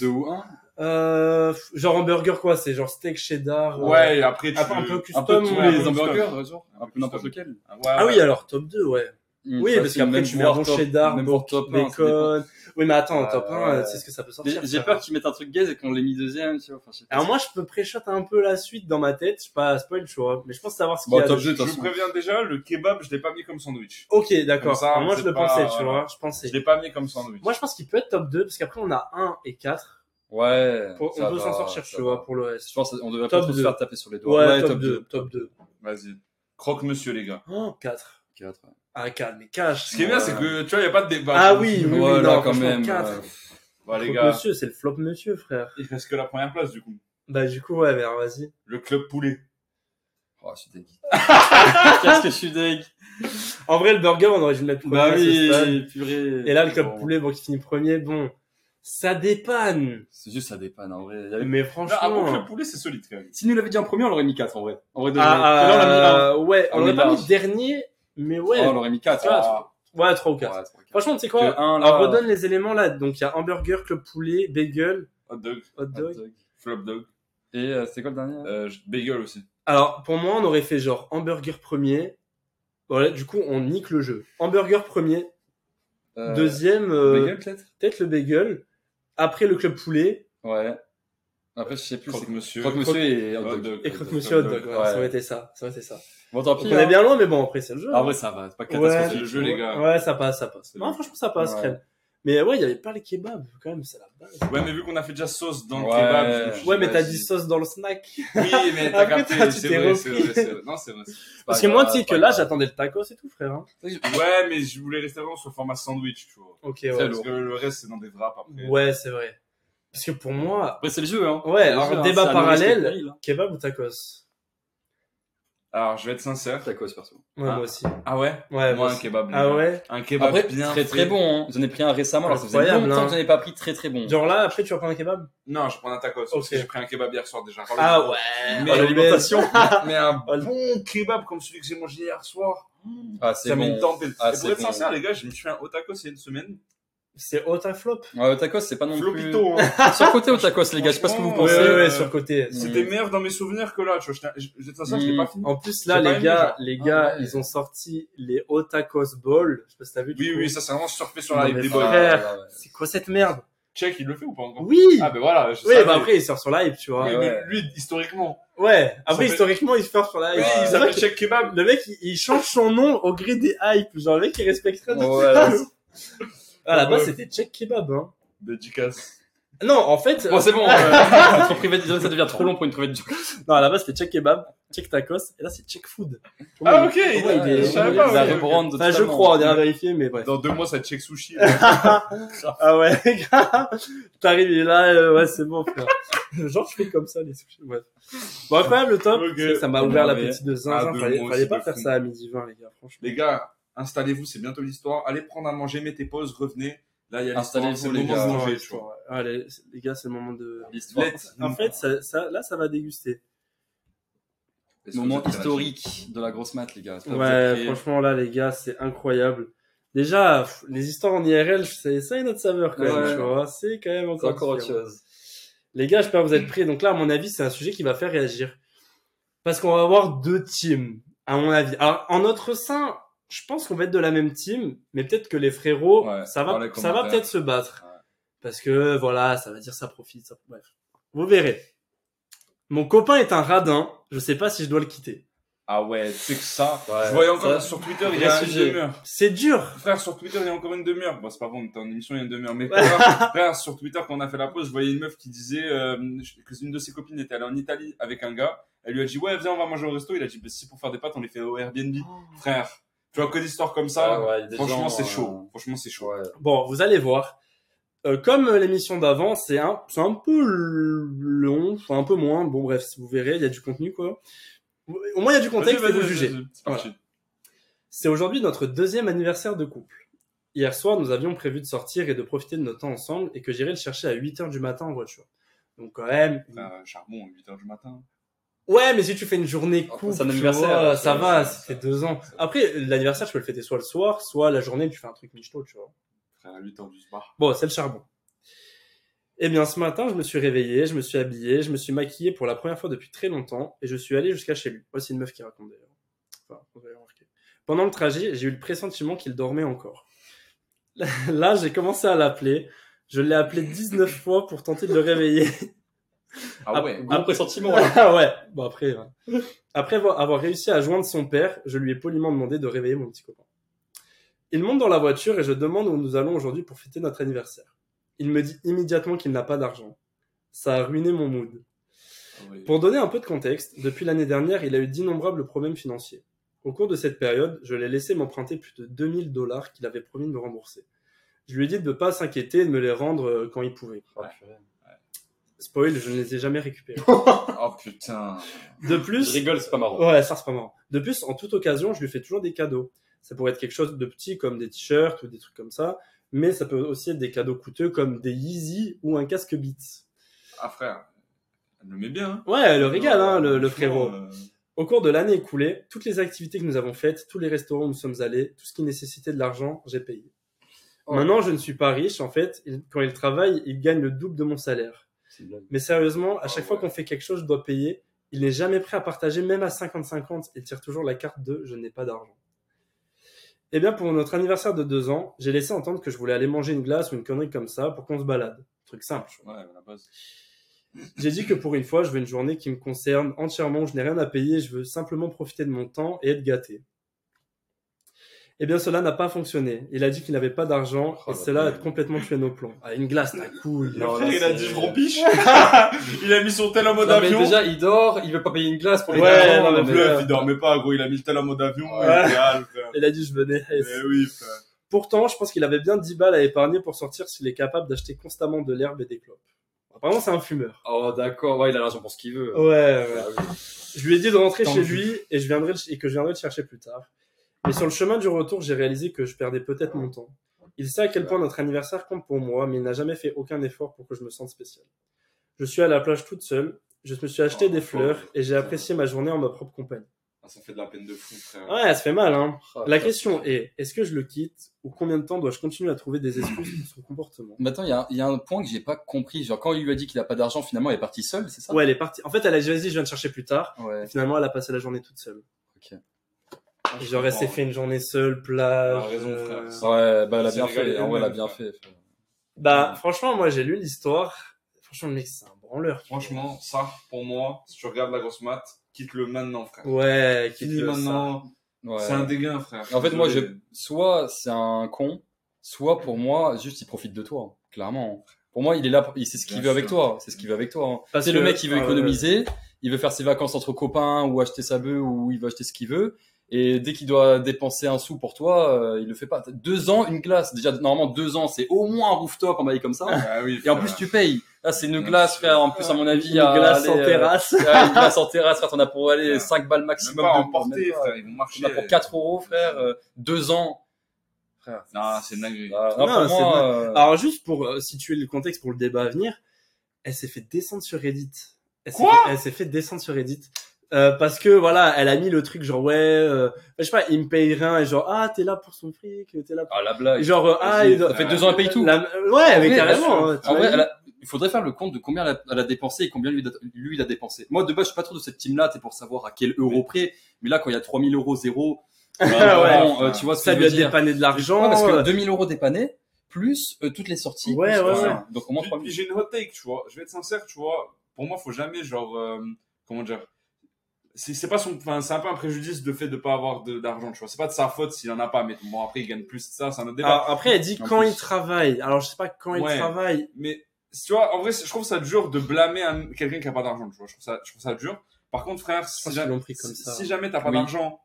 S3: 2 ou 1
S1: Euh, genre hamburger, quoi. C'est genre steak cheddar. euh,
S2: Ouais, et après, tu...
S1: Un peu, un peu custom.
S3: Un peu tous
S1: ouais.
S3: les
S2: ouais,
S3: hamburgers, genre. Un peu n'importe
S2: custom.
S3: lequel.
S2: Ouais,
S1: Ah
S2: ouais.
S1: oui, alors top 2, ouais.
S3: Mm,
S1: Oui,
S3: ça,
S1: parce
S3: c'est
S1: qu'après,
S3: même
S1: tu mets
S3: voire
S1: un bon
S3: top-
S1: cheddar,
S3: Même
S1: bon
S3: pour top 1, ça dépend.
S1: bacon. Oui, mais attends, en top
S3: Euh,
S1: 1,
S3: ouais.
S1: c'est ce que ça peut sortir.
S3: Mais J'ai
S1: ça.
S3: peur qu'ils mettent un truc gaze et qu'on l'ait mis deuxième, tu vois. Enfin, je sais pas.
S1: Alors moi, je peux pré-shot un peu la suite dans ma tête. Je suis pas spoil, tu vois. Mais je pense savoir ce qu'il y
S3: Bon,
S1: a.
S3: top
S1: de-
S3: 2, de toute
S2: Je
S3: façon.
S2: préviens déjà, le kebab, je l'ai pas mis comme sandwich.
S1: Ok, d'accord.
S2: Comme ça,
S1: Alors, Moi,
S2: c'est
S1: je le
S2: pas-
S1: pensais, tu
S2: voilà.
S1: vois. Je
S2: Je
S1: pensais.
S2: l'ai pas mis comme sandwich.
S1: Moi, je pense qu'il peut être top 2, parce qu'après, on a 1 et 4.
S3: Ouais.
S1: Pour-
S3: ça
S1: on peut
S3: va,
S1: s'en sortir,
S3: ça
S1: tu
S3: va.
S1: vois, pour le
S3: Je
S1: reste.
S3: pense qu'on devrait
S1: Top
S3: pas trop se
S1: deux.
S3: faire taper sur les
S1: Ouais,
S3: doigts.
S1: top 2, top 2.
S2: Vas-y. Croque-monsieur, les gars.
S1: Oh, 4.
S3: 4.
S1: Ah, 4, mais cash.
S2: Ce qui est bien, c'est que, tu vois, il n'y a pas de débat.
S1: Ah oui, oui, oui,
S3: Ouais, là,
S1: non,
S3: quand
S1: franchement,
S3: même.
S1: quatre.
S3: euh,
S2: Bah, les
S1: Flop
S2: gars,
S1: Monsieur, c'est le flop monsieur, frère.
S2: il reste que la première place, du coup.
S1: Bah, du coup, ouais, mais alors, vas-y.
S2: Le club poulet.
S3: Oh, je suis deg. Qu'est-ce que je suis deg.
S1: En vrai, le burger, on aurait dû le mettre premier
S3: Bah
S1: à ce stade.
S3: oui, purée.
S1: Et là, le club
S3: Bon.
S1: poulet, bon, qui finit premier, bon. Ça dépanne.
S3: C'est juste, ça dépanne, en vrai. Il y avait-
S1: Mais
S2: Non, ah, bon,
S1: franchement.
S2: club poulet, c'est solide, quand même.
S3: Si nous l'avait dit en premier, on l'aurait mis 4, en vrai. En vrai, de vrai.
S1: Ah,
S3: Mais là, on l'a mis un.
S1: euh, ouais, on
S3: On
S1: l'aurait
S3: est
S1: pas mis
S3: large.
S1: dernier, mais ouais.
S3: Oh, on l'aurait mis 4.
S1: Quatre. ouais, 3 ou 4. Franchement, tu sais quoi? Alors,
S3: euh,
S1: redonne les éléments là. Donc, il y a hamburger, club poulet, bagel,
S2: Hot dog,
S1: hot dog.
S2: flop dog,
S3: Et euh, c'est quoi le dernier
S2: euh, je- bagel aussi.
S1: Alors, pour moi, on aurait fait genre hamburger premier. Voilà, du coup, on nique le jeu. Hamburger premier,
S3: Euh,
S1: deuxième, euh,
S3: Bagel, peut-être
S1: peut-être le bagel, après le club poulet
S3: Ouais. Après, je sais plus. c'est-
S2: Croque-monsieur.
S3: Croque-monsieur et hot
S2: Hot
S3: dog.
S2: dog.
S1: et
S2: Croque-
S1: croque-monsieur hot
S2: croque-
S1: dog. ouais,
S3: ouais.
S1: Ça aurait été ça. Ça aurait été ça.
S3: Bon, tant
S1: Donc,
S3: pis.
S1: on est
S3: hein.
S1: bien loin, mais bon, après, c'est le jeu.
S3: Ah,
S1: hein.
S3: ouais, ça va. C'est pas
S1: Ouais,
S3: catastrophique.
S2: C'est le jeu, les gars.
S1: Ouais, ça passe, ça passe.
S2: C'est
S1: Non,
S2: le-
S1: franchement, ça passe,
S3: Ouais.
S1: crème. Mais ouais, il y avait pas les kebabs, quand même, c'est la base.
S2: Ouais, mais vu qu'on a fait déjà sauce dans
S3: Ouais.
S2: le kebab, je me suis
S1: Ouais, mais t'as
S2: vas-y.
S1: dit sauce dans le snack.
S2: Oui, mais t'as
S1: Après,
S2: capté,
S1: toi, tu
S2: c'est
S1: t'es
S2: vrai, c'est
S1: repris.
S2: vrai, c'est vrai. Non, c'est vrai. c'est
S3: C'est pas
S1: Parce que moi,
S3: grave,
S1: tu sais
S3: c'est
S1: que
S3: pas
S1: là,
S3: grave.
S1: j'attendais le tacos et tout, frère. hein.
S2: vrai. Ouais, mais je voulais rester vraiment sur le format sandwich, tu vois.
S1: Ok,
S3: C'est
S1: ouais.
S2: Parce
S3: lourd.
S2: que le reste, c'est dans des wraps après.
S1: Ouais, c'est vrai. Parce que pour moi,
S3: Après, c'est le jeu, hein.
S1: Ouais,
S3: C'est le
S1: alors,
S3: jeu, hein.
S1: débat
S3: C'est à l'origine
S1: parallèle.
S3: des périls, hein.
S1: kebab ou tacos
S2: Alors, je vais être sincère.
S3: Tacos, perso.
S1: Ouais,
S2: Ah.
S1: moi aussi.
S2: Ah ouais?
S1: Ouais, moi
S2: Moi, un
S1: aussi.
S2: kebab. les
S1: Ah
S2: gars.
S1: ouais
S2: Un kebab
S3: Après,
S2: bien
S3: très
S2: fait.
S3: très bon. hein. J'en ai pris un récemment, alors ça faisait
S1: Incroyable,
S3: longtemps
S1: hein.
S3: que j'en ai pas pris très très bon.
S1: Genre là, après, tu vas prendre un kebab
S2: Non, je prends un tacos. Parce que
S1: Ok.
S2: j'ai pris un kebab hier soir déjà.
S1: Ah ouais
S2: Mais,
S3: Oh, l'alimentation.
S2: mais un
S1: Oh, le-
S2: bon kebab comme celui que j'ai mangé hier soir.
S3: Ah,
S2: Ça
S3: c'est
S2: met une
S3: bon.
S2: tempête.
S3: Ah,
S2: Et
S3: c'est
S2: pour être
S3: bon.
S2: sincère, les gars, je me suis fait un otakos il y a une semaine.
S1: C'est haute à flop.
S3: Ouais, au tacos, c'est pas non plus.
S2: Flopito, hein.
S3: Sur côté au tacos, les gars, je sais pas ce que vous
S2: Franchement,
S3: pensez.
S1: ouais, ouais,
S2: euh,
S1: sur côté.
S2: C'était
S3: Mm.
S2: meilleur dans mes souvenirs que là, tu vois. j'étais- je- De toute façon, je l'ai
S3: Mm.
S2: pas fini.
S1: En plus,
S2: J'ai
S1: là,
S2: pas
S1: les
S2: aimé,
S1: gars,
S2: genre.
S1: les
S3: Ah
S1: gars,
S3: ouais.
S1: ils ont sorti les Otakos Ball. Je sais pas si t'as vu. du
S2: Oui,
S1: coup.
S2: oui, ça, c'est vraiment surfé sur la
S1: Non,
S2: hype
S1: mais
S2: des
S3: Ouais, ouais,
S2: boys.
S1: frère.
S3: ouais, ouais.
S1: C'est quoi cette merde
S2: Check, il le fait ou pas encore
S1: Oui
S2: Ah, ben voilà, je
S1: Oui,
S2: savais.
S1: bah après, il sort sur live, tu vois.
S2: Oui,
S1: Ouais.
S3: Ouais.
S2: mais lui, historiquement. Ah.
S1: Après,
S2: s'appelle-
S1: historiquement, il sort sur live.
S2: Oui,
S1: C'est
S2: il
S1: pour ça
S2: s'appelle
S1: que
S2: Check Kebab.
S1: Le mec, il, il change son nom au gré des hypes. Genre, le mec, il respecterait.
S3: Ouais, ouais.
S1: Ah, À la base,
S2: Ouais.
S1: c'était Check Kebab, hein.
S2: Dédicace.
S1: Non, en fait,
S3: Bon, c'est bon. euh, Trop privé, ça devient trop long pour une privée de joke.
S1: euh, non, à la base, c'était Check Kebab, Check Tacos, et là, c'est Check Food.
S2: Ah, ok,
S1: il-
S2: il-
S1: il-
S2: je savais pas.
S1: il a
S2: oui, ok.
S3: rebrand
S1: Enfin, je
S3: totalement.
S1: crois, on ira vérifier, mais bref.
S2: Dans deux mois, ça check sushi.
S1: Ah ouais, grave. T'arrives, il est là, euh, ouais, c'est bon, frère. Genre, je fais comme ça, les sushis. Bref. Bon, quand même, le top,
S2: Ok.
S1: c'est que ça m'a ouvert
S3: Ouais,
S1: l'appétit de
S2: Ah,
S1: zinzin.
S2: de
S1: fallait
S2: moi
S1: fallait
S2: aussi,
S1: pas
S2: de
S1: faire
S2: fou.
S1: ça à midi 20, les gars, franchement.
S2: Les gars, installez-vous, c'est bientôt l'histoire. Allez prendre à manger, mettez pause, revenez. Là, il y a l'histoire,
S3: Installez-vous,
S2: c'est le
S3: les
S2: moment
S3: gars.
S2: de
S1: Ouais,
S2: manger,
S1: je
S2: tu vois.
S1: crois, euh, ouais. Allez, c'est- les gars, c'est le moment de...
S3: L'histoire.
S2: Let's
S1: En fait, ça, ça- là, ça va déguster.
S2: Est-ce que vous
S3: Moment
S2: êtes
S3: historique de la grosse mat, les gars. Ça, vous
S1: Ouais,
S3: êtes prêts
S1: franchement, là, les gars, c'est incroyable. Déjà, pff, les histoires en IRL, c'est ça une autre saveur quand même,
S3: Ouais.
S1: tu vois. C'est quand même
S3: C'est
S1: encore,
S3: encore autre
S1: différent.
S3: chose.
S1: Les gars, j'espère que vous êtes prêts. Donc là, à mon avis, c'est un sujet qui va faire réagir. Parce qu'on va avoir deux teams, à mon avis. Alors, en notre sein, je pense qu'on va être de la même team, mais peut-être que les frérots,
S2: Ouais,
S1: ça
S2: dans
S1: va,
S2: les
S1: ça va
S2: commentaires.
S1: peut-être se battre.
S2: Ouais.
S1: Parce que, voilà, ça va dire ça profite, ça... bref. Vous verrez. Mon copain est un radin, je sais pas si je dois le quitter.
S2: Ah ouais, tu sais que ça.
S3: Ouais,
S2: je voyais encore
S3: ça,
S2: sur Twitter, il y a
S3: vrai
S2: une
S3: sujet.
S2: demi-heure.
S1: C'est dur
S2: Frère, sur Twitter, il y a encore une demi-heure. Bon, c'est pas bon, on était en émission il y a une demi-heure. Mais frère, frère, sur Twitter, quand on a fait la pause, je voyais une meuf qui disait euh, que une de ses copines était allée en Italie avec un gars. Elle lui a dit, ouais, viens, on va manger au resto. Il a dit, bah, si pour faire des pâtes, on les fait au Airbnb. Frère, tu vois que des histoires comme ça.
S3: Oh. Ouais, ouais, il y a des
S2: franchement,
S3: gens,
S2: c'est
S3: euh,
S2: chaud. Franchement, c'est chaud.
S3: Ouais.
S1: Bon, vous allez voir. Euh, comme euh, l'émission d'avant, c'est un, c'est un peu l- long, enfin un peu moins. Bon, bref, vous verrez, il y a du contenu quoi. Au moins, il y a du contexte et
S2: Vas-y,
S1: vous
S2: vas-y,
S1: jugez.
S2: vas-y, C'est parti.
S1: C'est aujourd'hui notre deuxième anniversaire de couple. Hier soir, nous avions prévu de sortir et de profiter de notre temps ensemble et que j'irai le chercher à 8h du matin en voiture. Donc, quand même.
S2: Frère, euh, charbon, 8h du matin.
S1: Ouais, mais si tu fais une journée
S3: Enfin,
S1: couple,
S3: c'est un
S1: tu
S3: anniversaire,
S1: vois,
S3: là,
S1: ça
S3: c'est-
S1: va,
S3: c'est-
S1: c'était deux ans. Après, l'anniversaire, tu peux le fêter soit le soir, soit la journée, tu fais un truc michto, tu vois.
S2: Frère, 8h du soir.
S1: Bon, c'est le charbon. Eh bien, ce matin, je me suis réveillé, je me suis habillé, je me suis maquillé pour la première fois depuis très longtemps et je suis allé jusqu'à chez lui. Voici une meuf qui raconte d'ailleurs. Enfin, vous avez remarqué. Pendant le trajet, j'ai eu le pressentiment qu'il dormait encore. Là, j'ai commencé à l'appeler. Je l'ai appelé 19 fois pour tenter de le réveiller.
S2: Ah ouais.
S3: Gros pressentiment. là.
S1: Ah ouais, bon après. ouais. Après avoir avoir réussi à joindre son père, je lui ai poliment demandé de réveiller mon petit copain. Il monte dans la voiture et je demande où nous allons aujourd'hui pour fêter notre anniversaire. Il me dit immédiatement qu'il n'a pas d'argent. Ça a ruiné mon mood.
S2: Ah ouais.
S1: Pour donner un peu de contexte, depuis l'année dernière, il a eu d'innombrables problèmes financiers. Au cours de cette période, je l'ai laissé m'emprunter plus de 2000 dollars qu'il avait promis de me rembourser. Je lui ai dit de ne pas s'inquiéter et de me les rendre euh, quand il pouvait.
S3: Oh, purée.
S1: Spoil, je ne les ai jamais récupérés.
S2: Oh putain.
S1: De plus,
S3: Je rigole, c'est pas marrant.
S1: Ouais, ça c'est pas marrant. De plus, en toute occasion, je lui fais toujours des cadeaux. Ça pourrait être quelque chose de petit comme des t-shirts ou des trucs comme ça, mais ça peut aussi être des cadeaux coûteux comme des Yeezy ou un casque Beats.
S2: Ah frère, elle le met bien. hein.
S1: Ouais, le régal, hein, le, le
S2: Franchement, euh,
S1: frérot. Au cours de l'année écoulée, toutes les activités que nous avons faites, tous les restaurants où nous sommes allés, tout ce qui nécessitait de l'argent, j'ai payé.
S3: Oh.
S1: Maintenant, je ne suis pas riche. En fait, il- quand il travaille, il gagne le double de mon salaire.
S3: C'est une blague. Oh
S1: Mais sérieusement, à
S2: Ah
S1: chaque fois
S2: ouais.
S1: qu'on fait quelque chose, je dois payer. Il n'est jamais prêt à partager, même à 50-50. Il tire toujours la carte de je n'ai pas d'argent. Eh bien, pour notre anniversaire de deux ans, j'ai laissé entendre que je voulais aller manger une glace ou une connerie comme ça pour qu'on se balade. Truc simple. tu vois.
S2: Ouais, à la base.
S1: J'ai dit que pour une fois, je veux une journée qui me concerne entièrement. Je n'ai rien à payer. Je veux simplement profiter de mon temps et être gâté. Eh bien, cela n'a pas fonctionné. Il a dit qu'il n'avait pas d'argent
S3: Oh,
S1: et
S3: la
S1: cela a
S3: pauvre.
S1: complètement tué nos plans. Ah, une glace, ta couille.
S3: Non,
S2: Frère,
S3: là,
S2: il a
S3: c'est-
S2: dit je rompiche. il a mis son tel en mode
S3: Non, mais
S2: avion.
S3: déjà, il dort, il veut pas payer une glace pour les
S1: Ouais,
S3: parents,
S1: non, mais
S2: Le
S3: mais-
S1: bleu.
S2: bluff, il dormait pas, gros. Il a mis le tel en mode avion.
S3: Ouais.
S2: il était hal, frère.
S1: Il a dit je venais.
S2: Mais oui, frère.
S1: Pourtant, je pense qu'il avait bien 10 balles à épargner pour sortir s'il est capable d'acheter constamment de l'herbe et des clopes. Apparemment, c'est un fumeur.
S3: Oh, d'accord, ouais, il a l'argent pour ce qu'il veut.
S1: Ouais, ouais.
S3: Ah oui.
S1: Je lui ai dit de rentrer
S3: Tant
S1: chez
S3: mieux.
S1: lui et, je viendrai, le- et que je viendrai le chercher plus tard. Mais sur le chemin du retour, j'ai réalisé que je perdais peut-être mon temps. Il sait à quel point notre anniversaire compte pour moi, mais il n'a jamais fait aucun effort pour que je me sente spécial. Je suis à la plage toute seule, je me suis acheté
S3: Oh,
S1: des
S3: pauvre.
S1: fleurs et j'ai apprécié ma journée en ma propre compagnie.
S2: Ah, ça fait de la peine de fou, frère.
S1: Ouais, ça fait mal, hein.
S3: Ah,
S1: La
S3: putain.
S1: question est, est-ce que je le quitte ou combien de temps dois-je continuer à trouver des excuses pour son comportement
S3: Maintenant, il y, a un- il y a un point que j'ai pas compris. Genre, quand il lui a dit qu'il a pas d'argent, finalement, elle est partie seule, c'est ça
S1: Ouais, elle est partie. En fait, elle a déjà dit je viens te chercher plus tard.
S3: Ouais.
S1: Et finalement, elle a passé la journée toute seule.
S2: Ah, je
S1: Genre, elle s'est
S2: comprends.
S1: fait une journée seule, plage.
S2: Ah, raison,
S1: euh,
S2: frère. Ça-
S3: Ouais, bah, elle a
S2: C'est
S3: bien
S2: régalé
S3: fait. En vrai, elle a
S2: elle-même,
S3: bien
S2: quoi.
S3: fait.
S1: Bah, franchement, moi, j'ai lu l'histoire. Franchement, le mec, c'est un branleur. tu vois.
S2: Franchement, ça, pour moi, si tu regardes la grosse mat, quitte-le maintenant, frère.
S1: Ouais, qui
S2: Quitte-le maintenant.
S3: Ouais.
S2: C'est un dégain, frère.
S3: En fait, moi, je...
S2: Désolé.
S3: soit c'est un con, soit pour moi, juste il profite de toi, clairement. Pour moi, il est là, pour- il sait ce qu'il
S2: Bien
S3: veut avec
S2: sûr. euh,
S3: toi. C'est ce qu'il veut avec toi. hein.
S1: Parce
S3: C'est le
S1: que-
S3: mec qui veut
S1: ah, ouais.
S3: économiser, il veut faire ses vacances entre copains ou acheter sa bœuf ou il veut acheter ce qu'il veut. Et dès qu'il doit dépenser un sou pour toi, euh, il le fait pas. Deux ans, une glace. Déjà, normalement, deux ans, c'est au moins un rooftop en bail comme ça.
S2: Ah oui,
S3: Et en
S2: frère.
S3: plus, tu payes. Là, c'est une
S2: Ouais.
S3: glace, frère. En plus, à mon avis,
S1: Une
S3: à
S1: glace en
S3: aller, euh,
S1: terrasse.
S3: à une glace en terrasse, frère. T'en as pour aller
S2: Ouais.
S3: 5 balles
S2: Même
S3: maximum.
S2: pas
S3: de-
S2: emporter,
S3: même pas.
S2: frère. Ils vont marcher. euh,
S3: T'en as
S1: euh,
S3: pour 4 euros, frère. 2 ans. Frère.
S2: Non, c'est une dinguerie.
S3: Ah,
S1: Non,
S3: non, pour
S1: c'est
S3: moi, euh,
S1: Alors, juste pour euh, situer le contexte pour le débat à venir, elle s'est fait descendre sur Reddit. Elle s'est
S2: Quoi
S1: fait- Elle s'est fait descendre sur Reddit. Euh, parce que voilà, elle a mis le truc genre ouais, euh, je sais pas, il me paye rien et genre ah t'es là pour son fric, t'es là. Pour...
S3: ah, la blague.
S1: Genre euh, ah il doit-
S3: ça fait 2 ans, elle paye tout.
S1: La- Ouais, mais
S3: Oui,
S1: carrément. hein,
S3: En vrai,
S1: t'imagines
S3: elle a- il faudrait faire le compte de combien elle a, elle a dépensé et combien lui, d'a- lui il a dépensé. Moi, de base, je suis pas trop de cette team-là, c'est pour savoir à quel euro près. Mais là, quand il y a 3000 euros zéro, euh, vraiment, euh, tu vois ce
S1: Ah ça
S3: que je
S1: lui a
S3: veux dire.
S1: dépanné de l'argent.
S3: Ouais, parce
S1: euh,
S3: que 2000 euros dépannés, plus euh, toutes les sorties.
S1: Ouais,
S3: plus,
S1: ouais,
S3: euh,
S1: ouais.
S3: Donc au moins
S2: Puis-
S3: 3000.
S2: Puis j'ai une hot take, tu vois. Je vais être sincère, tu vois. Pour moi, faut jamais, genre, euh, comment dire. C'est c'est pas son, enfin, c'est un peu un préjudice de fait de pas avoir de- d'argent, tu vois. C'est pas de sa faute s'il en a pas, mais bon, après, il gagne plus de ça, c'est un autre débat.
S1: alors, après, elle dit
S3: En
S1: quand
S3: plus.
S1: il travaille. Alors, je sais pas quand
S2: Ouais.
S1: il travaille.
S2: Mais, tu vois, en vrai, c'est- je trouve ça dur de blâmer un- quelqu'un qui a pas d'argent, tu vois. Je trouve ça, je trouve ça dur. Par contre, frère,
S1: Je
S2: si
S1: pense
S2: jamais-
S1: qu'ils Oh, l'ont pris comme
S2: si,
S1: ça.
S2: si jamais t'as pas
S3: Oui.
S2: d'argent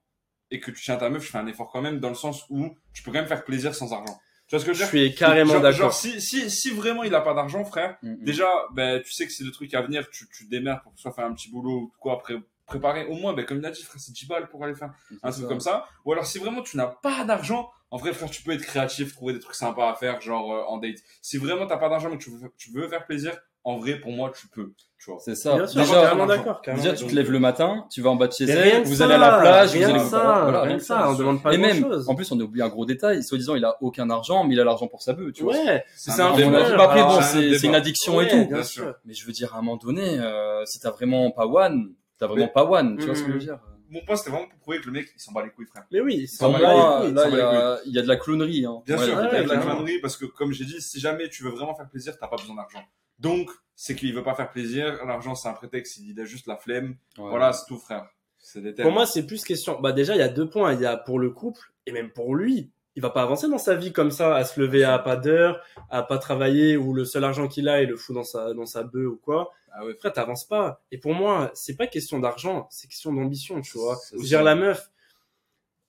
S2: et que tu tiens ta meuf, je fais un effort quand même dans le sens où tu peux quand même faire plaisir sans argent. Tu vois ce que je
S1: Je
S2: veux dire
S1: suis carrément
S2: Genre- Genre,
S1: d'accord.
S2: si, si, si vraiment il a pas d'argent, frère,
S3: Mm, mm.
S2: déjà, ben, tu sais que c'est le truc à venir, tu, tu te démerdes pour que soit faire un petit boulot ou quoi, pré- préparer. Au moins, ben, comme il a dit, frère, c'est 10 balles pour aller faire un truc comme ça. Ou alors, si vraiment tu n'as pas d'argent, en vrai, frère, tu peux être créatif, trouver des trucs sympas à faire, genre euh, en date. Si vraiment t'as pas d'argent mais que tu veux, tu veux faire plaisir, en vrai, pour moi, tu peux. Tu vois.
S3: C'est ça.
S1: Bien sûr, je suis
S3: déjà,
S1: carrément
S2: déjà,
S1: d'accord. carrément
S3: déjà, tu te
S1: d'accord.
S3: lèves le matin, tu vas en bas de chez
S1: Mais
S3: elle,
S1: rien que
S3: vous
S1: ça,
S3: allez à la plage, vous
S1: rien
S3: allez
S1: que ça,
S3: voilà,
S1: rien
S3: rien
S1: que ça, on demande pas
S3: Et
S1: grand
S3: même,
S1: chose.
S3: en plus, on a oublié un gros détail. Soi-disant, il a aucun argent, mais il a l'argent pour sa bœuf, tu vois.
S1: Ouais, c'est un
S3: À
S2: débat.
S3: mon avis,
S1: Ah, Alors,
S3: bah, après,
S1: c'est
S3: bon,
S1: un
S3: c'est
S2: débat.
S3: c'est une addiction
S1: ouais,
S3: et tout.
S1: bien
S2: bien
S1: sûr.
S2: sûr.
S3: Mais je veux dire, à un moment donné, euh, si t'as vraiment pas one, t'as vraiment
S2: Mais-
S3: pas one, tu vois ce que je
S1: Mm.
S3: veux dire.
S2: Mon point, c'était vraiment pour prouver que le mec, il s'en bat les couilles, frère.
S1: Mais oui, ils
S3: Pour
S1: sont
S2: va
S3: moi,
S1: les couilles.
S2: couilles,
S3: là,
S2: ça
S3: il
S2: va
S3: y
S2: les
S3: a, il y a de la clownerie. Hein.
S2: Bien
S3: Ouais,
S2: sûr,
S3: il y a
S2: il y a de la
S1: clairement.
S2: connerie parce que comme j'ai dit, si jamais tu veux vraiment faire plaisir, t'as pas besoin d'argent. Donc, c'est qu'il veut pas faire plaisir. L'argent, c'est un prétexte. Il a juste la flemme.
S3: Ouais.
S2: Voilà, c'est tout, frère. C'est des termes.
S1: Pour moi, c'est plus question. Bah déjà, il y a deux points. Il y a pour le couple et même pour lui. Il va pas avancer dans sa vie comme ça, à se lever à pas d'heure, à pas travailler, ou le seul argent qu'il a, il le fout dans sa dans sa bœuf ou quoi.
S2: Ah ouais,
S1: Après, t'avances pas. Et pour moi, c'est pas question d'argent, c'est question d'ambition, tu vois.
S2: C'est
S1: Je veux
S2: aussi-
S1: dire la meuf,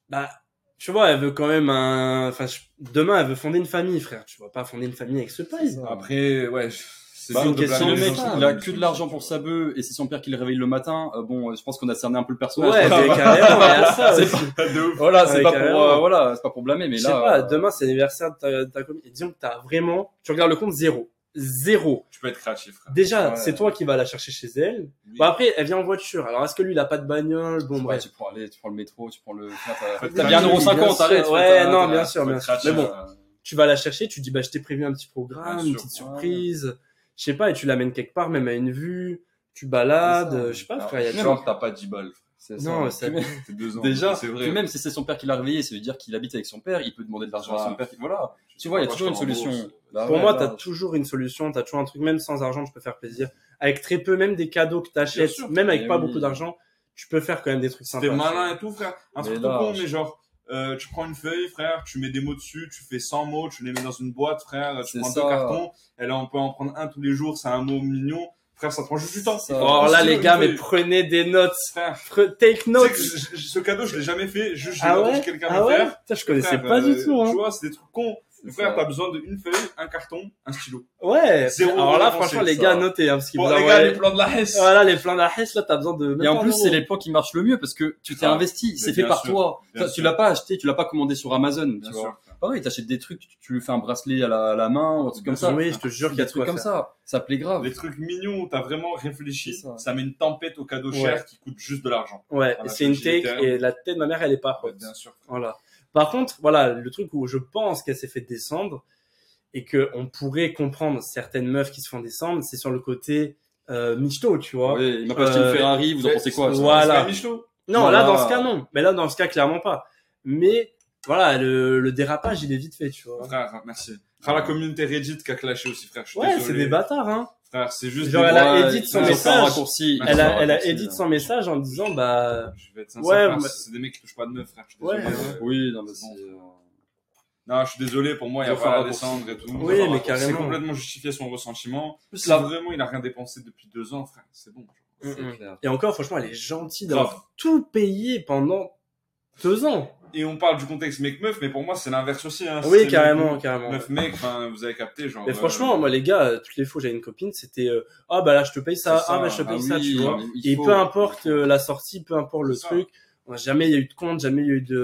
S1: bah tu vois, elle veut quand même un. Enfin, je- demain, elle veut fonder une famille, frère. Tu vas pas fonder une famille avec ce paille.
S2: Après, ouais, je- c'est
S3: Bah,
S2: dur
S1: une
S2: de
S1: question
S3: si
S2: blâmer
S3: le
S2: les
S3: mec,
S2: gens.
S3: il a que de l'argent pour sa bœuf et c'est son père qui le réveille le matin, euh, bon, euh, je pense qu'on a cerné un peu le personnage.
S1: Ouais,
S3: Voilà.
S1: mais carrément, il y a ça
S3: C'est
S1: aussi.
S2: De ouf.
S3: Voilà,
S1: Ouais,
S3: c'est pas pour,
S1: carrément.
S3: euh, voilà, c'est pas pour blâmer, mais
S1: Je sais
S3: là.
S1: pas,
S3: euh,
S1: demain c'est l'anniversaire de ta, de ta copine. Et disons que t'as vraiment, tu regardes le compte zéro. Zéro.
S2: Tu peux être créatif, frère.
S1: Déjà,
S3: Ouais.
S1: c'est toi qui vas la chercher chez elle.
S2: Oui.
S3: Bah,
S1: Bon, après, elle vient en voiture. Alors, est-ce que lui, il a pas de bagnole? Bon,
S3: ouais,
S1: bref.
S3: bah, tu prends, allez, tu prends le métro, tu prends le. T'as
S2: Faut
S3: t'as
S2: être
S3: bien
S2: créatif,
S3: 1,50€,
S1: bien sûr.
S3: arrête. faut
S1: Ouais,
S3: être-
S1: non,
S3: t'as-
S1: bien sûr,
S2: Faut
S1: bien
S2: être
S1: sûr.
S2: créatif,
S1: Mais bon,
S2: euh,
S1: tu vas la chercher, tu dis, bah, je t'ai prévu un petit programme,
S2: Bien
S1: une
S2: sûr.
S1: petite
S3: Ouais.
S1: surprise. Je sais pas, et tu l'amènes quelque part, même à une vue. Tu balades,
S3: C'est ça.
S1: euh, je sais pas,
S2: alors,
S1: frère, il y a
S2: tu
S1: toujours-
S2: vois, t'as pas 10 balles, frère.
S3: C'est ça.
S1: Non,
S3: Puis
S1: c'est...
S3: même-
S2: C'est deux ans.
S3: Déjà,
S2: c'est
S3: puis
S2: vrai.
S3: même si c'est son père qui l'a réveillé, ça veut dire qu'il habite avec son père, il peut demander de l'argent à son
S2: Ouais.
S3: père. Voilà. Tu vois, il y a
S2: Moi,
S3: toujours
S2: je
S3: une
S2: te rembourse.
S3: solution. Bah
S1: Pour
S3: ouais,
S1: moi,
S3: là,
S1: t'as toujours une solution, t'as toujours un truc, même sans argent, tu peux faire plaisir. Avec très peu, même des cadeaux que
S2: Bien
S1: t'achètes,
S2: sûr.
S1: même avec
S3: Mais
S1: pas
S3: oui.
S1: beaucoup d'argent, tu peux faire quand même des trucs sympas.
S2: T'es malin et tout, frère. Un
S3: Mais
S2: truc tout
S3: là,
S2: con,
S3: je-
S2: mais genre, euh, tu prends une feuille, frère, tu mets des mots dessus, tu fais 100 mots, tu les mets dans une boîte, frère, tu
S3: C'est
S2: prends
S3: ça.
S2: deux cartons, et là, on peut en prendre un tous les jours, c'est un mot mignon. Frère, ça te prend juste du temps.
S3: Ça.
S2: Il faut
S1: Oh
S2: juste
S1: là,
S2: une
S1: les gars, mais
S2: feuille.
S1: prenez des notes.
S2: Frère,
S1: Pre- Take
S2: tu sais
S1: notes.
S2: que je- je- ce cadeau, je l'ai jamais fait, juste j'ai
S1: Ah
S2: entendu
S1: ouais
S2: quelqu'un
S1: Ah
S2: le
S1: ouais
S2: faire.
S1: Putain, je connaissais
S2: Frère,
S1: pas
S2: euh,
S1: du tout. Hein.
S2: Tu vois, c'est des trucs cons.
S3: c'est
S2: Frère,
S3: ça.
S2: t'as besoin d'une feuille, un carton, un stylo.
S1: Ouais.
S2: Zéro
S1: Alors là,
S2: euro,
S1: franchement,
S2: c'est
S1: les
S3: ça.
S1: gars, notez, hein, parce qu'ils
S2: Bon,
S1: vous
S2: les
S1: envoient-
S2: gars, les plans de la Hesse.
S1: Voilà, les plans de la Hesse, là, t'as besoin de. même
S3: Et en
S1: pas
S3: plus,
S1: un
S3: c'est
S1: euro.
S3: les plans qui marchent le mieux parce que tu t'es
S2: Ah.
S3: investi, c'est
S2: Mais
S3: fait
S2: bien
S3: par
S2: sûr,
S3: toi.
S2: bien
S3: Tu
S2: sûr.
S3: l'as pas acheté, tu l'as pas commandé sur Amazon,
S2: Bien
S3: tu vois.
S2: sûr, frère.
S3: Pareil, t'achètes des trucs, tu, tu lui fais un bracelet à la, à la main ou un truc comme ça.
S1: Oui, je te jure qu'il y a
S3: des
S1: de quoi
S3: trucs comme
S1: faire.
S3: ça. Ça plaît grave.
S2: Des trucs mignons où t'as vraiment réfléchi,
S3: C'est ça.
S2: ça. met une tempête au cadeau
S1: Ouais.
S2: cher qui coûte juste de l'argent.
S1: Ouais,
S2: Voilà,
S1: et c'est une
S2: j'ai des
S1: take
S2: termes.
S1: et la tête de ma mère, elle est pas haute.
S2: hein. bien sûr.
S1: Voilà. Par contre, voilà, le truc où je pense qu'elle s'est fait descendre et que on pourrait comprendre certaines meufs qui se font descendre, c'est sur le côté euh, michto, tu vois.
S3: Oui, il m'a pas acheté
S1: Euh,
S3: une Ferrari, vous en
S2: mais-
S3: pensez quoi ça
S1: Voilà.
S2: C'est un Michelot.
S1: Non,
S3: Voilà.
S1: là, dans ce cas, non. Mais là, dans ce cas, clairement pas. Mais voilà, le, le dérapage, il est vite fait, tu vois.
S2: Frère, merci. Frère, la communauté Reddit qui a clashé aussi, frère. Je suis
S1: Ouais,
S2: désolé.
S1: c'est des bâtards, hein.
S2: Frère, c'est juste
S1: Genre,
S2: des
S1: elle a
S2: bois-
S1: edit son
S2: Ils ont fait un
S1: message.
S3: raccourci.
S1: Elle a,
S3: Ils ont
S1: elle a
S3: raccourci,
S1: édite
S3: là.
S1: son message en disant, bah,
S2: Je vais être
S1: Ouais,
S2: sincère, frère,
S1: mais-
S2: c'est des mecs qui touchent pas de meufs, frère. je suis
S1: Ouais,
S2: désolé.
S1: ouais.
S3: Oui, non, mais
S2: C'est bon.
S3: c'est. euh,
S2: Non, je suis désolé, pour moi, il y a
S3: Ils ont fait
S2: pas
S3: un
S2: à descendre et tout.
S1: Oui,
S2: Ils ont fait un
S1: mais
S2: raccourci. C'est
S1: carrément.
S2: complètement justifié son ressentiment.
S3: plus,
S2: Si
S3: la-
S2: vraiment il a rien dépensé depuis deux ans, frère, c'est bon.
S1: Mm-mm.
S3: clair.
S1: Mm, et encore, franchement, elle est gentille
S2: Grave.
S1: d'avoir tout payé pendant deux ans.
S2: Et on parle du contexte mec-meuf, mais pour moi, c'est l'inverse aussi. Hein.
S1: Oui,
S2: C'est
S1: carrément,
S2: mec-
S1: carrément.
S2: Meuf-mec, enfin, vous avez capté, genre.
S1: Mais
S2: euh,
S1: franchement, moi, les gars, euh, toutes les fois où j'avais une copine, c'était euh, ah bah là, je te paye ça,
S2: C'est
S1: ah
S2: ça,
S1: bah je te
S3: Ah
S1: paye
S3: oui,
S1: ça, tu vois.
S3: mais il
S1: Et
S3: faut-
S1: peu importe euh, la sortie, peu importe le
S2: C'est ça.
S1: truc, euh, jamais il y a eu de compte, jamais il y a eu de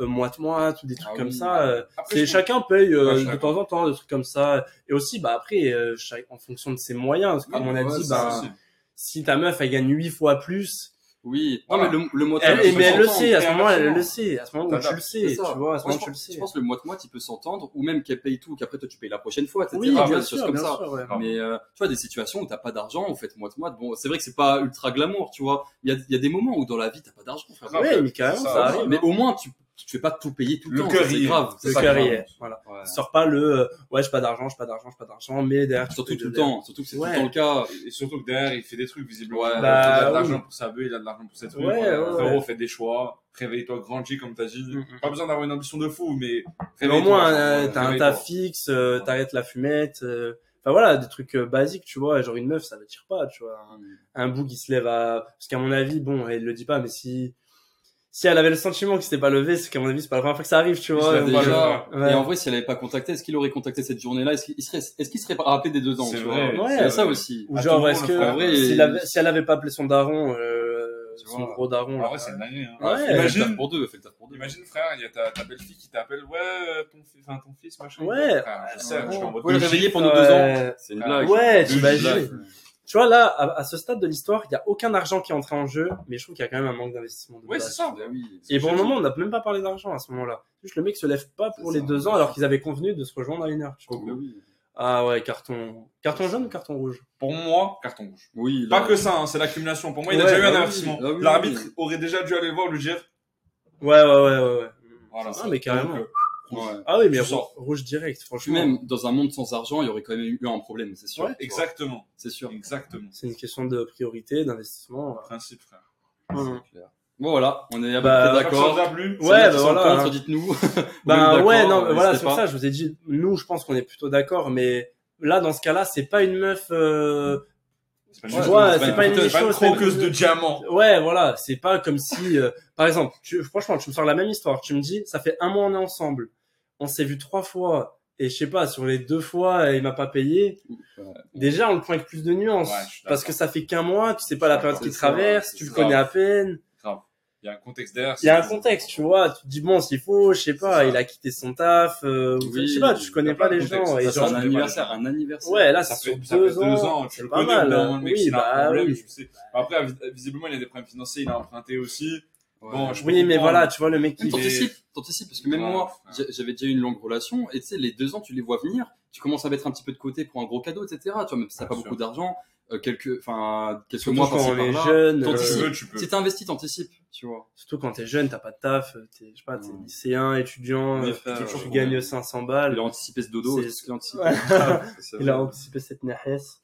S1: euh, moite-moite ou des trucs
S3: Ah
S1: comme
S3: oui.
S1: ça. euh,
S2: après,
S1: c'est
S2: je-
S1: chacun paye euh,
S2: Ouais,
S1: de
S2: chacun.
S1: temps en temps des trucs comme ça. Et aussi, bah après, euh, chaque- en fonction de ses moyens, comme
S2: Oui,
S1: on a
S3: ouais,
S1: dit,
S3: c'est
S1: bah,
S2: aussi.
S1: si ta meuf elle gagne huit fois plus,
S3: Oui.
S2: Voilà.
S3: Non, mais le, le moite
S1: elle,
S2: mais
S1: mais elle le
S2: s'entend,
S1: sait à ce
S2: et
S1: moment, elle
S2: inversement.
S1: le sait, à ce moment où tu le
S2: T'adaptes,
S1: sais,
S3: c'est
S1: tu
S3: ça.
S1: vois, à ce moment
S3: Moi, je,
S1: où tu le
S3: pense,
S1: sais.
S3: je pense que le moite-moite, il peut s'entendre, ou même qu'elle paye tout, qu'après toi tu payes la prochaine fois, etc.
S1: Oui,
S3: Voilà,
S1: bien
S3: des choses
S1: sûr,
S3: comme
S1: bien
S3: ça.
S1: sûr, ouais.
S3: Mais euh, tu vois, des situations où t'as pas d'argent, où faites moite-moite, bon, c'est vrai que c'est pas ultra glamour, tu vois. Il y a, il y a des moments où dans la vie t'as pas d'argent, frère.
S2: Grave.
S1: Ouais, mais carrément,
S2: ça,
S1: ça
S2: ouais.
S1: arrive. hein.
S3: mais au moins, tu, tu fais pas tout payer tout le,
S2: Le
S3: temps,
S2: cœur
S3: ça, c'est
S2: y est.
S3: grave. c'est
S1: Le
S3: ça
S1: cœur
S3: grave.
S1: y est, voilà.
S3: Ouais.
S1: Sors pas le euh, ouais, j'ai pas d'argent, j'ai pas d'argent, j'ai pas d'argent, mais derrière, tu
S3: Surtout
S1: payes
S3: tout le
S1: de-
S3: temps, surtout que c'est
S1: Ouais.
S3: tout le temps le cas.
S2: Et surtout que derrière, il fait des trucs, visiblement.
S1: Bah,
S3: Ouais.
S2: il a de
S1: oui.
S2: l'argent pour sa bœuf, il a de l'argent pour ses trucs.
S1: Ouais, ouais,
S2: Frérot,
S1: ouais.
S2: fais des choix. Réveille-toi, grandis, comme t'as dit.
S1: Mhm.
S2: Pas besoin d'avoir une ambition de fou, mais
S1: Mais au moins,
S2: genre,
S1: euh,
S2: ouais,
S1: t'as un
S2: réveille-toi.
S1: taf fixe, euh, t'arrêtes la fumette. euh, Enfin voilà, des trucs euh, basiques, tu vois. Genre une meuf, ça l'attire pas, tu vois. Un, un bout qui se lève à... Parce qu'à mon avis, bon, elle le dit pas, mais si... Si elle avait le sentiment qu'il s'était pas levé, c'est qu'à mon avis, c'est pas la première fois que ça arrive, tu
S3: Il
S1: vois.
S3: se lève
S1: Donc,
S2: voilà.
S1: euh,
S3: déjà.
S1: Ouais.
S3: Et en vrai, si elle avait pas contacté, est-ce qu'il aurait contacté cette journée-là Est-ce qu'il il serait, est-ce qu'il serait pas rappelé des deux ans
S2: C'est
S3: tu
S2: vrai,
S3: vois
S1: Ouais.
S3: C'est
S2: c'est
S3: ça
S2: vrai.
S3: aussi.
S1: Ou
S2: À
S1: genre,
S2: tout le
S1: est-ce
S2: monde,
S1: que...
S2: frère,
S3: en vrai,
S1: s'il
S3: il-
S1: avait- Si elle avait pas appelé son daron, euh,
S3: Tu
S1: son
S3: vois.
S1: gros daron, euh,
S2: Ah
S1: là,
S2: ouais, c'est une dinguerie, hein.
S1: Ouais.
S3: Fais le
S2: Imagine-
S3: taf pour deux, fais le taf pour deux.
S2: Imagine, frère, il y a ta, ta belle-fille qui t'appelle, ouais, euh, ton, fi- enfin, ton fils, machin.
S1: Ouais. Ah
S2: Frère, je sais,
S3: Ouais.
S2: je suis en
S3: Vous
S2: mode.
S3: pouvez le
S2: logique.
S3: réveiller pendant deux ans. Ah
S1: Ouais.
S3: C'est une
S2: Ouais,
S3: blague.
S1: Ouais,
S3: Deux
S1: t'imagines.
S3: blagues.
S1: Tu vois, là, à, à ce stade de l'histoire, il y a aucun argent qui est entré en jeu, mais je trouve qu'il y a quand même un manque d'investissement. de
S2: Ouais,
S1: base.
S2: c'est ça.
S3: Bah oui.
S1: Et pour le
S2: J'ai-
S1: moment, on n'a même pas parlé d'argent à ce moment-là. Juste le mec se lève pas pour
S3: C'est
S1: les
S3: ça.
S1: deux ans alors qu'ils avaient convenu de se rejoindre à une heure. tu vois.
S3: Bah oui.
S1: Ah ouais, carton. Carton jaune ou carton rouge
S2: Pour moi, carton rouge.
S3: Oui, là-
S2: Pas que ça, hein, c'est l'accumulation. Pour moi, il
S1: Ouais, bah
S2: a déjà eu
S3: ah
S2: un
S3: oui,
S2: avertissement.
S3: ah oui,
S2: L'arbitre
S3: oui.
S2: aurait déjà dû aller le voir, lui dire.
S1: Ouais, ouais, ouais, ouais. ouais.
S2: Voilà.
S1: Ah, mais carrément.
S2: Donc,
S3: Ouais.
S2: euh,
S1: Ah oui, mais
S2: Tu
S1: rou-
S2: sors.
S1: rouge direct,
S3: Puis
S1: franchement.
S3: même dans un monde sans argent, il y aurait quand même eu un problème, c'est sûr.
S1: Ouais,
S3: tu vois.
S2: Exactement.
S3: C'est sûr.
S2: Exactement.
S1: C'est une question de priorité, d'investissement.
S2: Principe, frère.
S1: Hum.
S3: C'est clair. Bon voilà, on est à peu
S1: Bah,
S3: près
S2: D'accord.
S3: d'accord.
S2: Ça vous a plu
S1: Ouais,
S3: S'il y en a
S1: bah
S3: qui sont
S1: voilà,
S3: contre,
S1: hein.
S3: dites-nous.
S1: Bah
S3: Même
S1: ouais,
S3: d'accord,
S1: non, mais
S3: euh,
S1: voilà,
S3: n'hésitez
S1: sur
S3: pas.
S1: ça, je vous ai dit, nous, je pense qu'on est plutôt d'accord, mais là, dans ce cas-là, c'est pas une meuf. euh,
S2: C'est pas
S1: Tu
S2: une chose,
S1: vois, c'est
S2: c'est
S1: pas
S2: pas
S1: une
S2: une c'est pas une
S1: chose, c'est-
S2: croqueuse de diamants.
S1: Ouais, voilà, c'est pas comme si, euh, par exemple, tu, franchement, tu me sors la même histoire. Tu me dis, ça fait un mois on est ensemble, on s'est vu trois fois, et je sais pas, sur les deux fois, il m'a pas payé.
S3: Ouais.
S1: Déjà, on le prend avec plus de nuances,
S2: Ouais, je suis d'accord.
S1: parce que ça fait qu'un mois, tu sais pas
S2: Je suis
S1: la période
S2: d'accord,
S1: qu'il
S3: c'est
S1: traverse,
S3: ça,
S1: tu le
S2: c'est
S1: connais
S2: ça.
S1: à peine.
S2: Grave. Il y a un contexte derrière.
S1: Il y a un contexte, tu vois. Tu te dis bon, s'il faut, je sais pas,
S2: ça.
S1: il a quitté son taf, euh, ou-
S3: Oui,
S1: je sais pas, tu
S2: il y
S1: connais
S2: a
S1: pas
S2: plein de
S1: les
S2: contextes.
S1: gens. Et
S2: Ça,
S3: C'est
S2: c'est
S1: genre,
S3: un
S2: un
S3: anniversaire,
S2: débat.
S3: un anniversaire.
S1: ouais, là,
S2: Ça
S1: c'est
S2: fait,
S1: sur
S2: ça fait
S1: deux ans,
S2: tu
S1: c'est
S2: le
S1: pas
S2: connais, au bout
S1: mal.
S2: d'un moment, le mec,
S1: Oui,
S2: il a un
S1: bah
S2: problème,
S1: oui.
S2: je sais. Après, vis- visiblement, il a des problèmes financiers, il a emprunté aussi.
S3: Ouais.
S2: Bon, je
S1: Oui, mais
S2: comprends,
S1: voilà, tu vois le mec
S3: Même
S1: qui.
S2: Attends,
S3: T'anticipes, t'anticipes, parce que même
S2: Ouais,
S3: moi,
S2: ouais.
S3: j'a- j'avais déjà eu une longue relation, et tu sais, les deux ans, tu les vois venir, tu commences à mettre un petit peu de côté pour un gros cadeau, etc. Tu vois, même si t'as
S2: Bien
S3: pas
S2: sûr.
S3: beaucoup d'argent, euh, quelques, enfin, quelques
S1: Surtout
S3: mois
S1: quand
S3: par-ci
S1: on est
S3: par-là.
S1: jeune.
S2: mais Si
S3: t'anticipes.
S2: tu
S1: euh,
S2: veux, tu peux.
S3: Si t'investis, t'anticipes, tu vois.
S1: Surtout quand t'es jeune, t'as pas de taf, euh, t'es, je sais pas, t'es
S3: Mm.
S1: lycéen, étudiant,
S3: Oui,
S1: euh,
S3: frère,
S1: tu
S3: ouais.
S1: gagnes 500
S3: Il
S1: balles.
S3: a anticipé ce dodo,
S1: C'est-
S3: c'est ce qu'il a anticipé.
S1: Ouais.
S3: C'est
S1: Il a
S3: vrai.
S1: anticipé cette néhesse.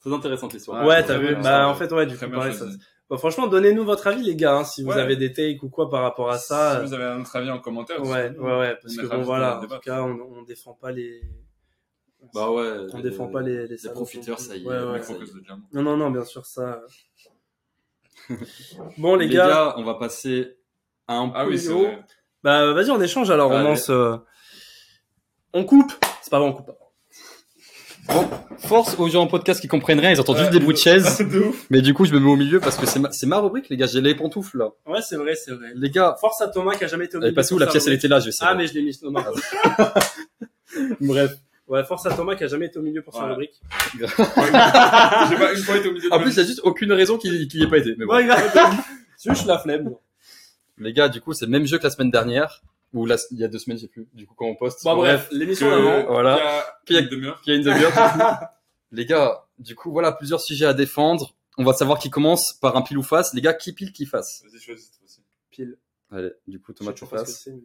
S3: Très intéressante l'histoire.
S2: Ouais,
S1: Ouais,
S2: très
S1: t'as vu
S2: bien,
S1: Bah,
S2: ça,
S1: en fait, ouais, du
S2: Très
S1: coup,
S2: bien
S1: pareil, ça.
S2: choisi.
S1: Bah, franchement, donnez-nous votre avis, les gars, hein, si vous
S2: Ouais.
S1: avez des takes ou quoi par rapport à
S2: Si
S1: ça. euh,
S2: vous avez un autre avis en commentaire,
S1: Ouais, ouais, ouais, parce
S2: On
S1: que bon,
S2: mettra juste dans
S1: voilà,
S2: le
S1: en
S2: débat.
S1: tout cas, on, on défend pas les.
S3: Bah ouais.
S1: On
S3: les-
S1: défend pas les. Les,
S3: Les
S1: salopes.
S3: profiteurs, ça y est.
S1: Ouais, ouais.
S2: la croqueuse de diamants.
S1: Non, non, non, bien sûr, ça. euh. bon, les,
S3: Les
S1: gars,
S3: gars, on va passer à un
S2: Ah oui, c'est
S3: haut.
S2: vrai.
S1: bah, vas-y, on échange alors, on
S3: Allez.
S1: lance. euh, On coupe C'est pas vrai, on coupe pas.
S3: Bon, force aux gens en podcast qui comprennent rien, ils entendent juste
S2: Ouais,
S3: des bruits de chaises.
S2: de ouf.
S3: Mais du coup, je me mets au milieu parce que c'est ma, c'est ma rubrique, les gars. J'ai les pantoufles, là.
S1: Ouais, c'est vrai, c'est vrai.
S3: Les gars,
S1: Force à Thomas qui a jamais été
S3: elle est
S1: obligé.
S3: passée où la pièce Elle était là, je vais essayer.
S1: Ah, mais je l'ai mis non, non.
S3: Bref.
S1: Ouais, force à Thomas qui a jamais été au milieu pour sa
S2: Ouais.
S1: rubrique.
S2: J'ai pas une fois été au milieu de
S3: En
S2: ma
S3: plus, il
S2: vie.
S3: n'y a juste aucune raison qu'il qu'il y ait pas été. Mais bon.
S1: Ouais, il a- C'est juste la flemme.
S3: Les gars, du coup, c'est le même jeu que la semaine dernière. Ou la- il y a deux semaines, je sais plus. Du coup, quand on poste. euh,
S1: Bon, bref, l'émission
S2: que-
S1: d'avant.
S3: Voilà.
S2: Bah, Euh, Il y a une demi-heure.
S3: Il y a une demi-heure. les gars, du coup, voilà plusieurs sujets à défendre. On va savoir qui commence par un pile ou face. Les gars, qui pile, qui face
S2: Vas-y, choisis toi aussi.
S1: Pile.
S3: Allez, du coup, Thomas,
S1: Je
S3: tu
S1: sais pas ce que
S3: face.
S1: c'est, mais-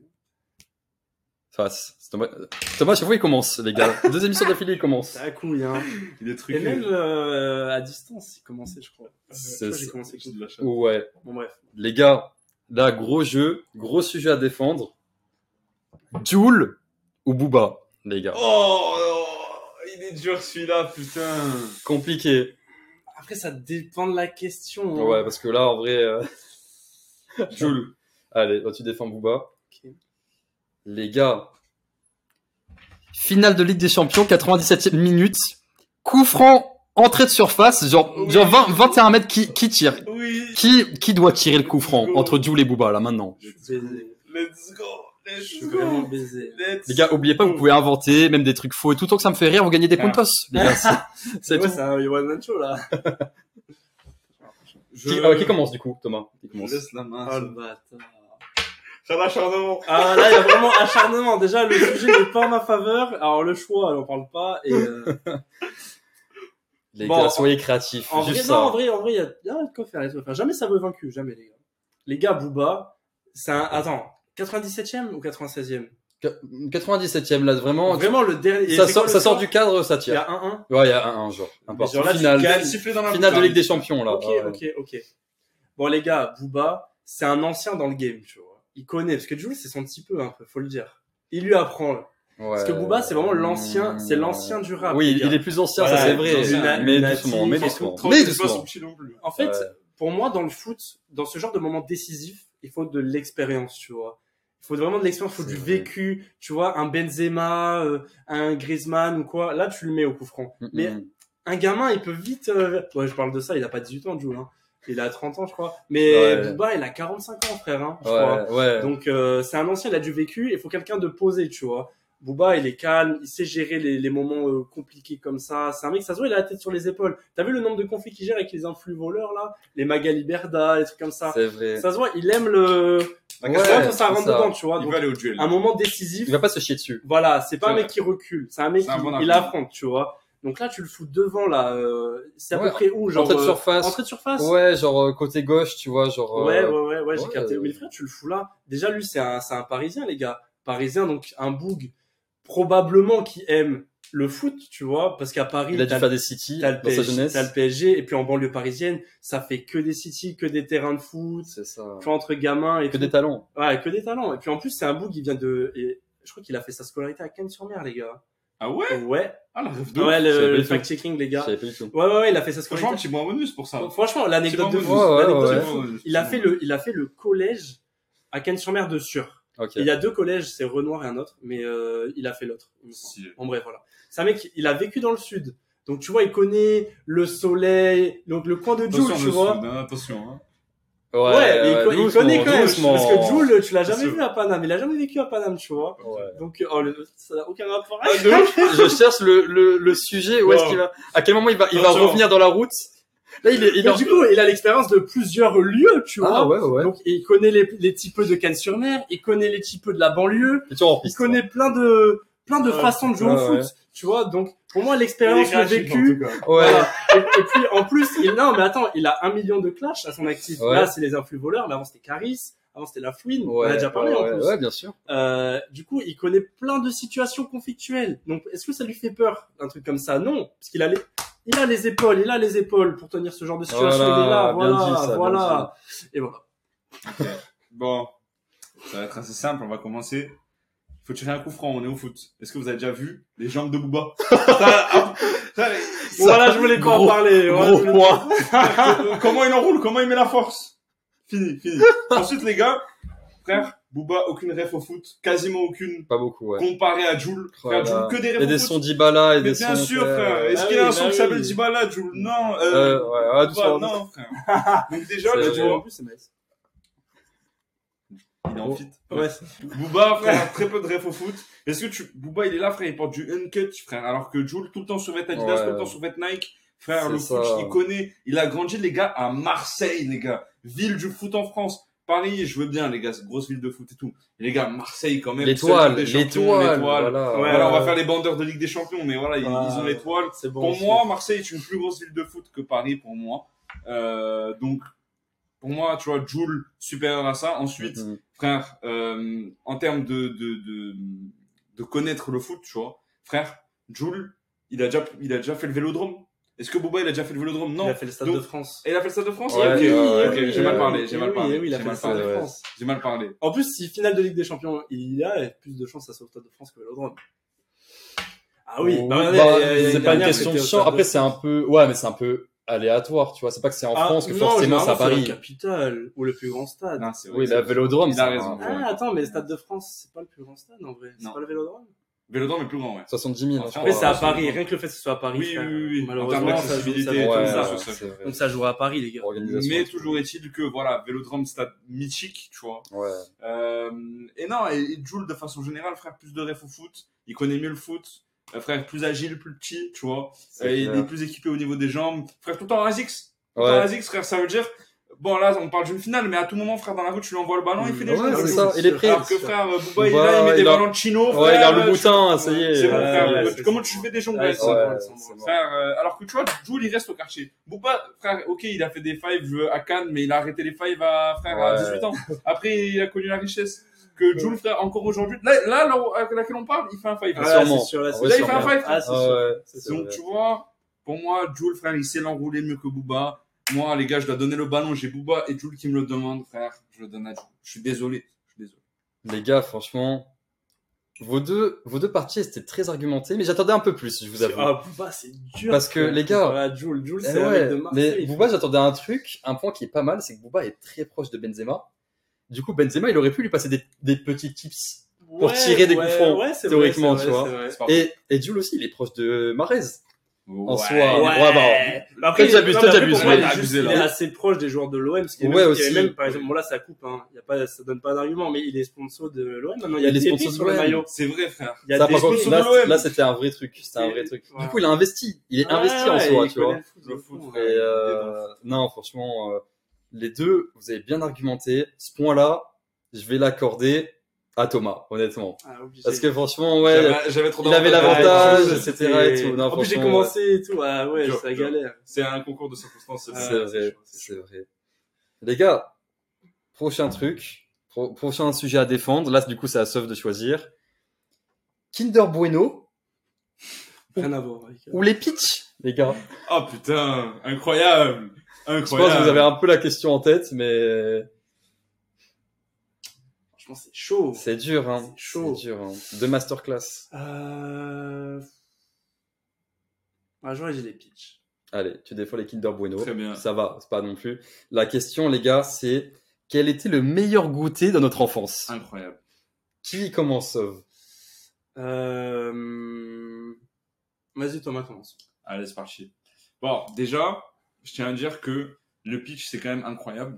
S3: Face. C'est Thomas, euh, Thomas, chaque fois, il commence, les gars. Deux émissions d'affilée, il commence.
S1: C'est à couille, hein.
S2: Il est
S1: Et
S2: truqué.
S1: même euh, à distance, il commençait, je crois. Je crois
S3: C'est-
S1: que j'ai commencé avec
S2: J'ai
S1: une-
S2: de la chatte.
S3: Ouais.
S1: Bon, bref.
S3: Les gars, là, gros jeu, gros sujet à défendre. Joule ou Booba, les gars.
S2: Oh, oh, il est dur celui-là, putain.
S3: Compliqué.
S1: Après, ça dépend de la question. hein.
S3: Ouais, parce que là, en vrai. euh,
S2: Joule.
S3: Allez, toi, tu défends Booba.
S1: Ok.
S3: Les gars. Finale de Ligue des Champions, 97 e minute. Coup franc, entrée de surface, genre,
S2: Oui.
S3: genre 20 21 mètres, qui, qui tire
S2: Oui.
S3: qui, qui doit tirer le coup franc
S2: Go.
S3: entre Joule et Booba, là, maintenant
S1: Je suis baisé.
S2: Let's go.
S1: Je
S2: Let's
S1: suis
S2: go.
S1: vraiment baisé.
S2: Let's
S3: Les gars, oubliez pas que vous pouvez inventer, même des trucs faux et tout. Tant que ça me fait rire, vous gagnez des
S2: Ah.
S3: puntos. Les gars, c'est- c'est
S1: Ouais,
S3: tout.
S1: c'est un one man show, là.
S2: Je...
S3: Qui, euh, qui commence du coup, Thomas Qui
S2: Je
S3: commence
S2: laisse la main.
S1: Oh le bâtard.
S2: J'ai l'acharnement.
S1: Ah là, il y a vraiment acharnement. Déjà, le sujet n'est pas en ma faveur. Alors, le choix, on en parle pas. Et, euh,
S3: Les
S1: Bon,
S3: gars, soyez créatifs.
S1: en, vrai,
S3: juste
S1: non,
S3: ça.
S1: en vrai, en vrai, il y a, il y a de quoi faire. il y a de quoi faire. Jamais ça veut vaincu. Jamais, les gars. Les gars, Booba, c'est un, attends, 97ème ou 96ème?
S3: Qu- 97ème là, vraiment. tu-
S1: Vraiment le dernier. et
S3: ça
S1: c'est
S3: sort,
S1: quoi le
S3: ça sort
S1: score
S3: du cadre, ça
S1: Il y
S3: tire.
S1: a 1-1.
S3: Ouais, il y a un, un genre. Un
S1: genre là, tu
S3: finale,
S1: gagnes.
S2: sifflé dans la
S3: finale de
S2: bouche.
S3: Ligue des Champions là.
S1: ok,
S3: ouais.
S1: ok, ok. Bon, les gars, Booba, c'est un ancien dans le game, tu vois. Il connaît, parce que Jules, c'est son petit peu, un peu, faut le dire. Il lui apprend, là.
S3: Ouais.
S1: Parce que Booba, c'est vraiment l'ancien, c'est l'ancien du rap.
S3: Oui,
S1: les
S3: il,
S1: gars.
S3: il est plus ancien,
S1: Voilà,
S3: ça c'est vrai.
S1: il a-
S3: mais
S1: il a
S3: doucement,
S1: dit-
S3: mais
S1: il a
S3: doucement.
S2: Tranquille,
S3: Mais
S2: c'est pas son
S3: doucement.
S2: petit non plus.
S1: En fait,
S3: Ouais.
S1: pour moi, dans le foot, dans ce genre de moment décisif, il faut de l'expérience, tu vois. Il faut vraiment de l'expérience, il faut
S3: C'est
S1: du
S3: vrai.
S1: vécu, tu vois, un Benzema, euh, un Griezmann ou quoi. Là, tu le mets au coup franc. Mais
S3: Mhm.
S1: un gamin, il peut vite... euh, Ouais, je parle de ça, il a pas 18 ans, Jules. Hein. Il a 30 ans, je crois. Mais
S3: Ouais.
S1: Booba, il a 45 ans, frère. Hein, je crois.
S3: Ouais, ouais.
S1: Donc euh, c'est un ancien, il a du vécu, il faut quelqu'un de posé, tu vois. Booba, il est calme, il sait gérer les, les moments euh, compliqués comme ça. C'est un mec, ça se voit, il a la tête sur les épaules. T'as vu le nombre de conflits qu'il gère avec les influx voleurs, là Les Magali Berda, les trucs comme ça.
S3: C'est vrai.
S1: Ça se voit, il aime le...
S2: La
S3: Ouais,
S1: Ça se voit quand ça
S3: c'est
S1: rentre
S3: ça.
S1: dedans, tu vois.
S2: Il
S1: Donc,
S2: va aller au duel.
S1: un moment
S3: Il
S1: décisif,
S3: va pas se chier dessus.
S1: voilà, c'est pas
S2: C'est
S1: un mec
S2: vrai.
S1: qui recule, c'est un mec
S2: C'est un
S1: qui
S2: bon
S1: il
S2: argument.
S1: affronte, tu vois. Donc là, tu le fous devant, là. euh, c'est à
S3: Ouais,
S1: peu près où, genre...
S3: Entrée de
S1: euh,
S3: surface.
S1: entrée de surface
S3: Ouais, genre euh, côté gauche, tu vois, genre.
S1: Ouais, ouais,
S3: euh,
S1: ouais, ouais, j'ai
S3: ouais,
S1: capté.
S3: euh,
S1: Mais frère, tu le fous là. Déjà, lui, c'est un, c'est un Parisien, les gars. Parisien, donc un boug, probablement qui aime le foot, tu vois, parce qu'à Paris,
S3: Il a dû
S1: t'as-
S3: faire des City
S1: t'as le,
S3: dans sa
S1: PSG,
S3: jeunesse.
S1: t'as le PSG, et puis en banlieue parisienne, ça fait que des city, que des terrains de foot,
S3: C'est ça.
S1: tu vois, entre gamins et
S3: Que
S1: tout.
S3: des talents.
S1: Ouais, que des talents. Et puis en plus, c'est un boug, il vient de. et je crois qu'il a fait sa scolarité à Cannes-sur-Mer, les gars.
S2: Ah ouais
S1: Ouais,
S2: Ah la rêve de ouf.
S1: ouais,
S3: savais
S1: le,
S3: pas
S1: le
S3: du tout.
S1: fact-checking, les
S3: Je
S1: gars.
S3: savais pas du tout.
S1: Ouais, ouais, ouais, il a fait sa
S2: Franchement, un
S1: scolarité.
S2: petit bon bonus pour ça.
S1: Franchement, l'anecdote
S2: C'est
S1: de
S2: pas
S1: fou.
S2: mauvais.
S3: Ouais, ouais,
S1: l'anecdote de fou.
S3: ouais.
S2: Petit bon bonus,
S1: Il a
S2: petit
S1: fait
S2: bon bonus.
S1: le, il a fait le collège à Cannes-sur-Mer de Sur.
S3: Ok.
S1: Il y a deux collèges, c'est Renoir et un autre, mais euh, il a fait l'autre. il me semble.
S2: Si.
S1: En bref, voilà. C'est un mec, il a vécu dans le sud. Donc tu vois, il connaît le soleil, donc le coin de Joule,
S2: Attention,
S1: tu
S2: le
S1: vois.
S2: sud, hein, attention. hein.
S3: Ouais,
S1: Ouais, mais il co- il,
S3: doucement,
S1: connaît quand même.
S3: doucement.
S1: Parce que Joule, tu l'as jamais
S2: Bien sûr.
S1: vu à Paname, il a jamais vécu à Paname, tu vois.
S3: Ouais.
S1: Donc, oh, le- ça n'a aucun rapport.
S2: Ah, de ouf.
S3: je cherche le, le, le sujet où est-ce
S2: Wow.
S3: qu'il va à quel moment il va il va
S2: Attention.
S3: revenir dans la route là il est il est
S1: Mais du coup, il a l'expérience de plusieurs lieux, tu vois.
S3: Ah, ouais ouais
S1: Donc, il connaît les, les types de Cannes-sur-Mer, il connaît les types de la banlieue,
S3: il est toujours en
S1: il
S3: piste
S1: connaît plein de plein de
S2: Ouais.
S1: façons de jouer au
S3: Ouais, ouais.
S1: foot, tu vois. Donc pour moi
S2: Il est
S1: l'expérience, le
S2: créatif,
S1: vécu.
S2: en tout cas.
S3: ouais
S1: voilà. Et, et puis en plus, il non mais attends, il a un million de clashs à son actif.
S3: Ouais.
S1: Là c'est les influx voleurs, mais avant c'était Caris, avant c'était la Fouine.
S3: Ouais,
S1: on a déjà parlé
S3: ouais,
S1: en
S3: ouais,
S1: plus.
S3: ouais bien sûr
S1: Euh, du coup, il connaît plein de situations conflictuelles. Donc est-ce que ça lui fait peur un truc comme ça Non, parce qu'il a les il a les épaules, il a les épaules pour tenir ce genre de situation.
S3: Voilà,
S1: il est là,
S3: bien
S1: voilà,
S3: dit, ça, bien
S1: voilà. Et voilà.
S2: Bon, ça va être assez simple, on va commencer. Il faut tirer un coup franc, on est au foot. Est-ce que vous avez déjà vu les jambes de Booba Ça- ça-
S1: voilà, je voulais pas en
S3: gros-
S1: parler. voilà,
S3: gros
S1: je voulais-
S3: point
S2: Comment il enroule Comment il met la force Fini, fini. Ensuite, les gars, frère, Booba, aucune ref au foot, quasiment aucune,
S3: Pas beaucoup, ouais.
S2: comparé à Jules.
S1: Oh
S2: Frère,
S3: Voilà.
S2: Jules, que des refs
S3: Et
S2: au
S3: des
S2: foot.
S3: sons d'Ibala et
S2: Mais
S3: des
S2: bien
S3: sons.
S2: sûr, frère. Est-ce
S1: Ah
S2: qu'il y a
S1: oui,
S2: un son
S1: bah
S2: qui s'appelle
S1: oui.
S2: Dibala, Jules Non.
S3: Euh,
S2: Euh,
S3: ouais, ah,
S2: bah,
S3: doucement.
S2: non, frère. Donc déjà,
S3: C'est
S2: le
S3: vrai.
S2: duo,
S1: plus, c'est nice.
S2: il est en fit.
S1: Ouais.
S2: Booba, frère, très peu de ref au foot. Est-ce que tu, Booba, il est là, frère, il porte du uncut, frère, alors que Jules, tout le temps survêt Adidas,
S3: Ouais.
S2: tout le temps survêt Nike. Frère,
S3: C'est
S2: le
S3: ça.
S2: foot, il connaît. Il a grandi, les gars, à Marseille, les gars. Ville du foot en France. Paris, je veux bien, les gars, c'est une grosse ville de foot et tout. Et les gars, Marseille, quand même.
S3: L'étoile,
S2: seule Ligue des Champions,
S3: l'étoile.
S2: l'étoile.
S3: Voilà.
S1: Ouais,
S2: Voilà, on va
S1: Euh,
S2: faire les bandeurs de Ligue des Champions, mais voilà, ils,
S1: Ouais.
S2: ils ont l'étoile.
S1: C'est bon.
S2: Pour
S1: aussi.
S2: moi, Marseille est une plus grosse ville de foot que Paris, pour moi. Euh, donc, pour moi, tu vois, Joule supérieur à ça. Ensuite,
S3: Mhm.
S2: frère, euh, en termes de, de, de, de connaître le foot, tu vois, frère, Joule, il, a déjà- il a déjà fait le vélodrome. Est-ce que Boba, il a déjà fait le vélodrome
S1: Il
S2: Non.
S1: a fait le Stade
S2: Donc-
S1: de France.
S2: Et il a fait le Stade de France
S3: Ouais,
S2: Ok,
S3: oui, oui,
S1: euh,
S2: ok,
S3: oui,
S2: j'ai mal
S3: oui,
S2: parlé,
S1: oui,
S2: j'ai mal
S1: oui,
S2: parlé.
S1: oui, il a fait
S2: j'ai
S1: le
S2: mal
S1: Stade
S2: parlé.
S1: de
S3: ouais.
S1: France.
S2: J'ai mal parlé.
S1: En plus, si finale de Ligue des Champions il y a, il y a plus de chances à ce Stade de France que le Vélodrome. Ah oui,
S3: Oh,
S1: Bah, regardez,
S3: bah,
S1: euh,
S3: c'est
S1: l'année
S3: pas une
S1: dernière,
S3: question de
S1: c'était au
S3: chance.
S1: Stade
S3: Après, c'est un peu, ouais, mais c'est un peu aléatoire, tu vois. C'est pas que c'est en
S1: Ah,
S3: France que
S1: non,
S3: forcément
S1: généralement,
S3: ça
S1: c'est
S3: varie.
S1: La capitale ou le plus grand stade.
S2: Non, c'est vrai
S3: Oui,
S2: que
S3: la
S2: c'est-
S3: Vélodrome,
S2: Il a
S3: c'est un-
S2: raison.
S1: ah,
S2: ouais.
S1: attends, mais le Stade de France, c'est pas le plus grand stade en vrai. C'est
S2: Non.
S1: pas le Vélodrome.
S2: Vélodrome est plus grand, ouais.
S3: 70 000. hein, je
S2: Après,
S1: Après,
S3: crois.
S1: c'est à Paris. Rien que le fait que ce soit à Paris,
S2: Oui,
S1: frère,
S2: oui, oui, oui. En
S1: malheureusement,
S2: termes
S1: ça joue, ça
S2: d'accessibilité et
S1: joue
S2: tout
S1: comme
S2: ça,
S1: ça. Oh,
S2: ouais. c'est
S3: vrai.
S1: Donc ça joue à Paris, les gars.
S3: Organisation.
S2: Mais toujours est-il que, voilà, Vélodrome, stade mythique, tu vois.
S3: Ouais.
S2: Euh, et non, et, et Jules, de façon générale, frère, plus de ref au foot. Il connaît mieux le foot. Euh, frère, plus agile, plus petit, tu vois.
S3: c'est
S2: Euh, il
S3: clair.
S2: est plus équipé au niveau des jambes. Frère, tout le temps en Azix. Tout le temps en
S3: Ouais.
S2: Azix, frère, ça veut dire. Bon, là, on parle d'une finale, mais à tout moment, frère, dans la route, tu lui envoies le
S1: Ah,
S2: ballon, il fait des
S3: Mm, Ouais,
S2: jeux.
S3: c'est
S2: Jules.
S3: ça. Il est prêt.
S2: Alors que frère, euh, Bouba, il est
S3: Bouba,
S2: là, il met des
S3: il a-
S2: ballons de chino.
S3: Ouais, il
S2: frère,
S3: a le
S2: euh,
S3: boutin, ça y est.
S2: C'est bon,
S1: Ouais,
S2: frère.
S1: ouais,
S2: Comment-
S1: c'est
S2: Comment
S1: bon.
S2: tu fais des jambes
S1: Ouais,
S2: ouais,
S1: c'est
S2: ça
S1: bon,
S3: ouais,
S1: c'est bon.
S3: c'est bon.
S2: Frère, euh, alors que tu vois, Jules, il reste au quartier. Bouba, frère, ok, il a fait des fives euh, à Cannes, mais il a arrêté les fives à, frère, à
S3: Ouais.
S2: 18 ans. Après, il a connu la richesse. Que Jules, frère, encore aujourd'hui, là, là, là, à laquelle on parle, il fait un five.
S1: Ah,
S3: Ouais, Sûrement.
S1: c'est sûr, là, c'est
S3: Ouais,
S2: là, il
S1: sûr.
S2: fait un
S3: sûrement.
S2: five.
S1: Ah, c'est
S3: Ah
S1: sûr.
S3: ouais,
S1: c'est
S3: c'est
S2: Donc,
S3: vrai.
S2: tu vois, pour moi, Jules, frère, il sait l'enrouler mieux que Booba. Moi, les gars, je dois donner le ballon. J'ai Booba et Jules qui me le demande, frère. Je le donne à Jules. Je suis désolé. Je suis désolé.
S3: Les gars, franchement, vos deux, vos deux parties étaient très argumentées, mais j'attendais un peu plus, je vous avoue.
S1: Ah, Bouba, c'est dur.
S3: Parce que,
S1: frère.
S3: les gars-
S1: Voilà, Jules, Jules,
S3: Eh
S1: c'est un
S3: ouais,
S1: mec de Marseille.
S3: mais Bouba, j'attendais un truc, un point qui est pas mal, c'est que Bouba est très proche de Benzema. Du coup, Benzema, il aurait pu lui passer des, des petits tips. pour
S1: Ouais,
S3: tirer des
S1: ouais,
S3: coups francs,
S1: ouais, c'est
S3: théoriquement,
S1: vrai,
S3: tu
S1: c'est
S3: vois.
S1: vrai, c'est vrai.
S2: C'est pas
S3: Et, et Jules aussi, il est proche de Marez.
S2: Ouais.
S3: En soi,
S1: Ouais.
S3: ouais, bah,
S1: Bah, Après,
S3: Toi, t'abuses,
S1: non,
S3: toi,
S1: mais après,
S3: t'abuses,
S1: pour moi,
S2: ouais,
S1: il est
S2: t'as
S1: juste-
S2: abusé,
S1: il
S2: là.
S1: est assez proche des joueurs de l'OM. Ce qui est
S3: Ouais,
S1: même,
S3: aussi.
S1: et même, par exemple, bon, là, ça coupe, hein. Il y a pas, ça donne pas d'argument, mais il est sponsor de l'OM. Maintenant, il y a
S3: les
S1: des
S3: sponsors
S1: sponsors
S3: de
S1: sur le
S3: l'OM.
S1: maillot.
S2: C'est vrai, frère.
S1: Il y a
S3: Ça,
S1: des
S3: par contre,
S1: sponsors
S3: là,
S1: de l'OM.
S3: c'est- là, c'était un vrai truc. C'était un
S1: C'est-
S3: vrai truc.
S1: voilà.
S3: Du coup, il a investi. Il est
S1: Ouais,
S3: investi en
S1: Ah ouais,
S3: soi,
S1: il
S3: tu vois.
S1: connaît
S2: Le
S1: Le
S2: foot,
S1: foot,
S3: Et,
S1: ouais.
S3: euh, non, franchement, euh, les deux, vous avez bien argumenté. Ce point-là, je vais l'accorder à Thomas, honnêtement.
S1: Ah, obligé.
S3: Parce que franchement, ouais,
S2: J'avais- j'avais trop
S3: il avait
S2: d'avantages.
S3: l'avantage,
S2: Ouais,
S3: etc.
S1: c'était-
S3: et tout. Non,
S1: en plus, j'ai
S3: franchement,
S1: commencé et tout. Ah ouais,
S2: Dur,
S1: ça
S2: dur.
S1: galère.
S2: C'est un concours de circonstances. c'est
S1: Ah,
S3: c'est
S2: vrai.
S3: vrai, c'est vrai. Les gars, prochain truc, pro- prochain sujet à défendre. Là, du coup, c'est à Sauf de choisir. Kinder Bueno
S1: Rien à voir avec.
S3: ou les Peach, les gars.
S2: Oh putain, incroyable. Incroyable.
S3: Je pense que vous avez un peu la question en tête, mais
S1: Franchement, c'est chaud.
S3: c'est dur, hein.
S1: C'est chaud.
S3: C'est dur, hein. Deux masterclass.
S1: Euh... Ah, j'aurais dit les pitchs.
S3: Allez, tu défends les Kinder Bueno.
S2: Très bien.
S3: Ça va, c'est pas non plus. La question, les gars, c'est quel était le meilleur goûter de notre
S2: Ah.
S3: enfance
S2: Incroyable.
S3: Qui commence Sauve
S1: Euh... Vas-y, Thomas, commence.
S2: Allez, c'est parti. Bon, déjà, je tiens à dire que le pitch, c'est quand même incroyable.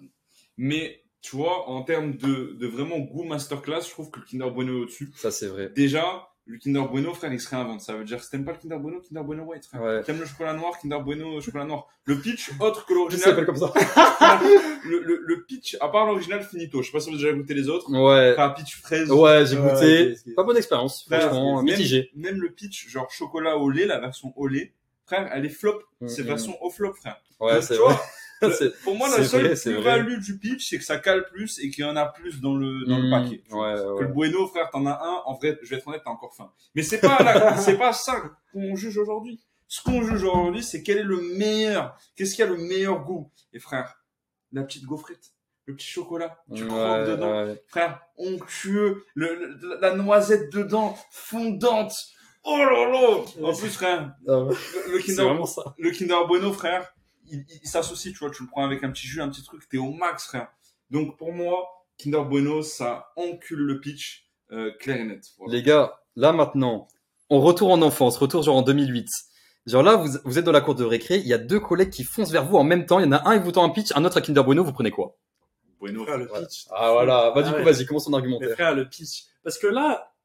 S2: Mais, tu vois, en termes de, de vraiment goût masterclass, je trouve que le Kinder Bueno est au-dessus.
S3: Ça, c'est vrai.
S2: Déjà, le Kinder Bueno, frère, il se réinvente. Ça veut dire, si t'aimes pas le Kinder Bueno, Kinder Bueno White, frère.
S3: Ouais.
S2: T'aimes le chocolat noir, Kinder Bueno, chocolat noir. Le pitch, autre que
S3: Je
S2: l'original.
S3: s'appelle comme ça.
S2: Le, le, le pitch, à part l'original, finito. Je sais pas si vous avez déjà goûté les autres.
S3: Ouais.
S2: Enfin, pitch fraise.
S3: Ouais, j'ai
S1: Ouais,
S3: goûté.
S1: ok, ok.
S3: Pas bonne expérience,
S2: Frère,
S3: franchement,
S2: même-
S3: mitigé.
S2: Même le pitch, genre chocolat au lait, la version au lait, frère, elle est flop. C'est
S3: Mm,
S2: version au flop, frère.
S3: Ouais,
S2: Donc,
S3: c'est
S2: tu vois,
S3: vrai.
S2: le-
S3: C'est-
S2: Pour moi,
S3: C'est
S2: la seule
S3: vrai, c'est
S2: plus-value du pitch, c'est que ça cale plus et qu'il y en a plus dans le, dans le
S3: Mm,
S2: paquet.
S3: Ouais,
S2: Que
S3: ouais.
S2: le Bueno, frère, t'en as un. En vrai, je vais être honnête, t'as encore faim. Mais c'est pas, la- c'est pas ça qu'on juge aujourd'hui. Ce qu'on juge aujourd'hui, c'est quel est le meilleur. Qu'est-ce qui a le meilleur goût Et frère, la petite gaufrette, le petit chocolat, tu
S3: Ouais,
S2: croques dedans.
S3: ouais.
S2: Frère, onctueux, le, le- la noisette dedans, fondante. Oh là là En plus, frère,
S3: Ah ouais,
S2: le, le
S3: C'est
S2: Kinder,
S3: vraiment ça.
S2: le Kinder Bueno, frère, il, il s'associe, tu vois, tu le prends avec un petit jus, un petit truc, t'es au max, frère. Donc pour moi, Kinder Bueno, ça encule le pitch euh, clair et net. Voilà.
S3: Les gars, là maintenant, on retourne en enfance, retour genre en 2008. Genre là, vous, vous êtes dans la cour de récré, il y a deux collègues qui foncent vers vous en même temps. Il y en a un, il vous tend un pitch, un autre à Kinder Bueno, vous prenez quoi
S2: Bueno.
S1: Frère, le
S3: Voilà.
S1: pitch.
S3: Ah voilà, bah du
S1: Ah
S3: coup,
S1: ouais.
S3: vas-y, commence ton
S1: Mais
S3: argumentaire.
S1: frère, le pitch. Parce que là,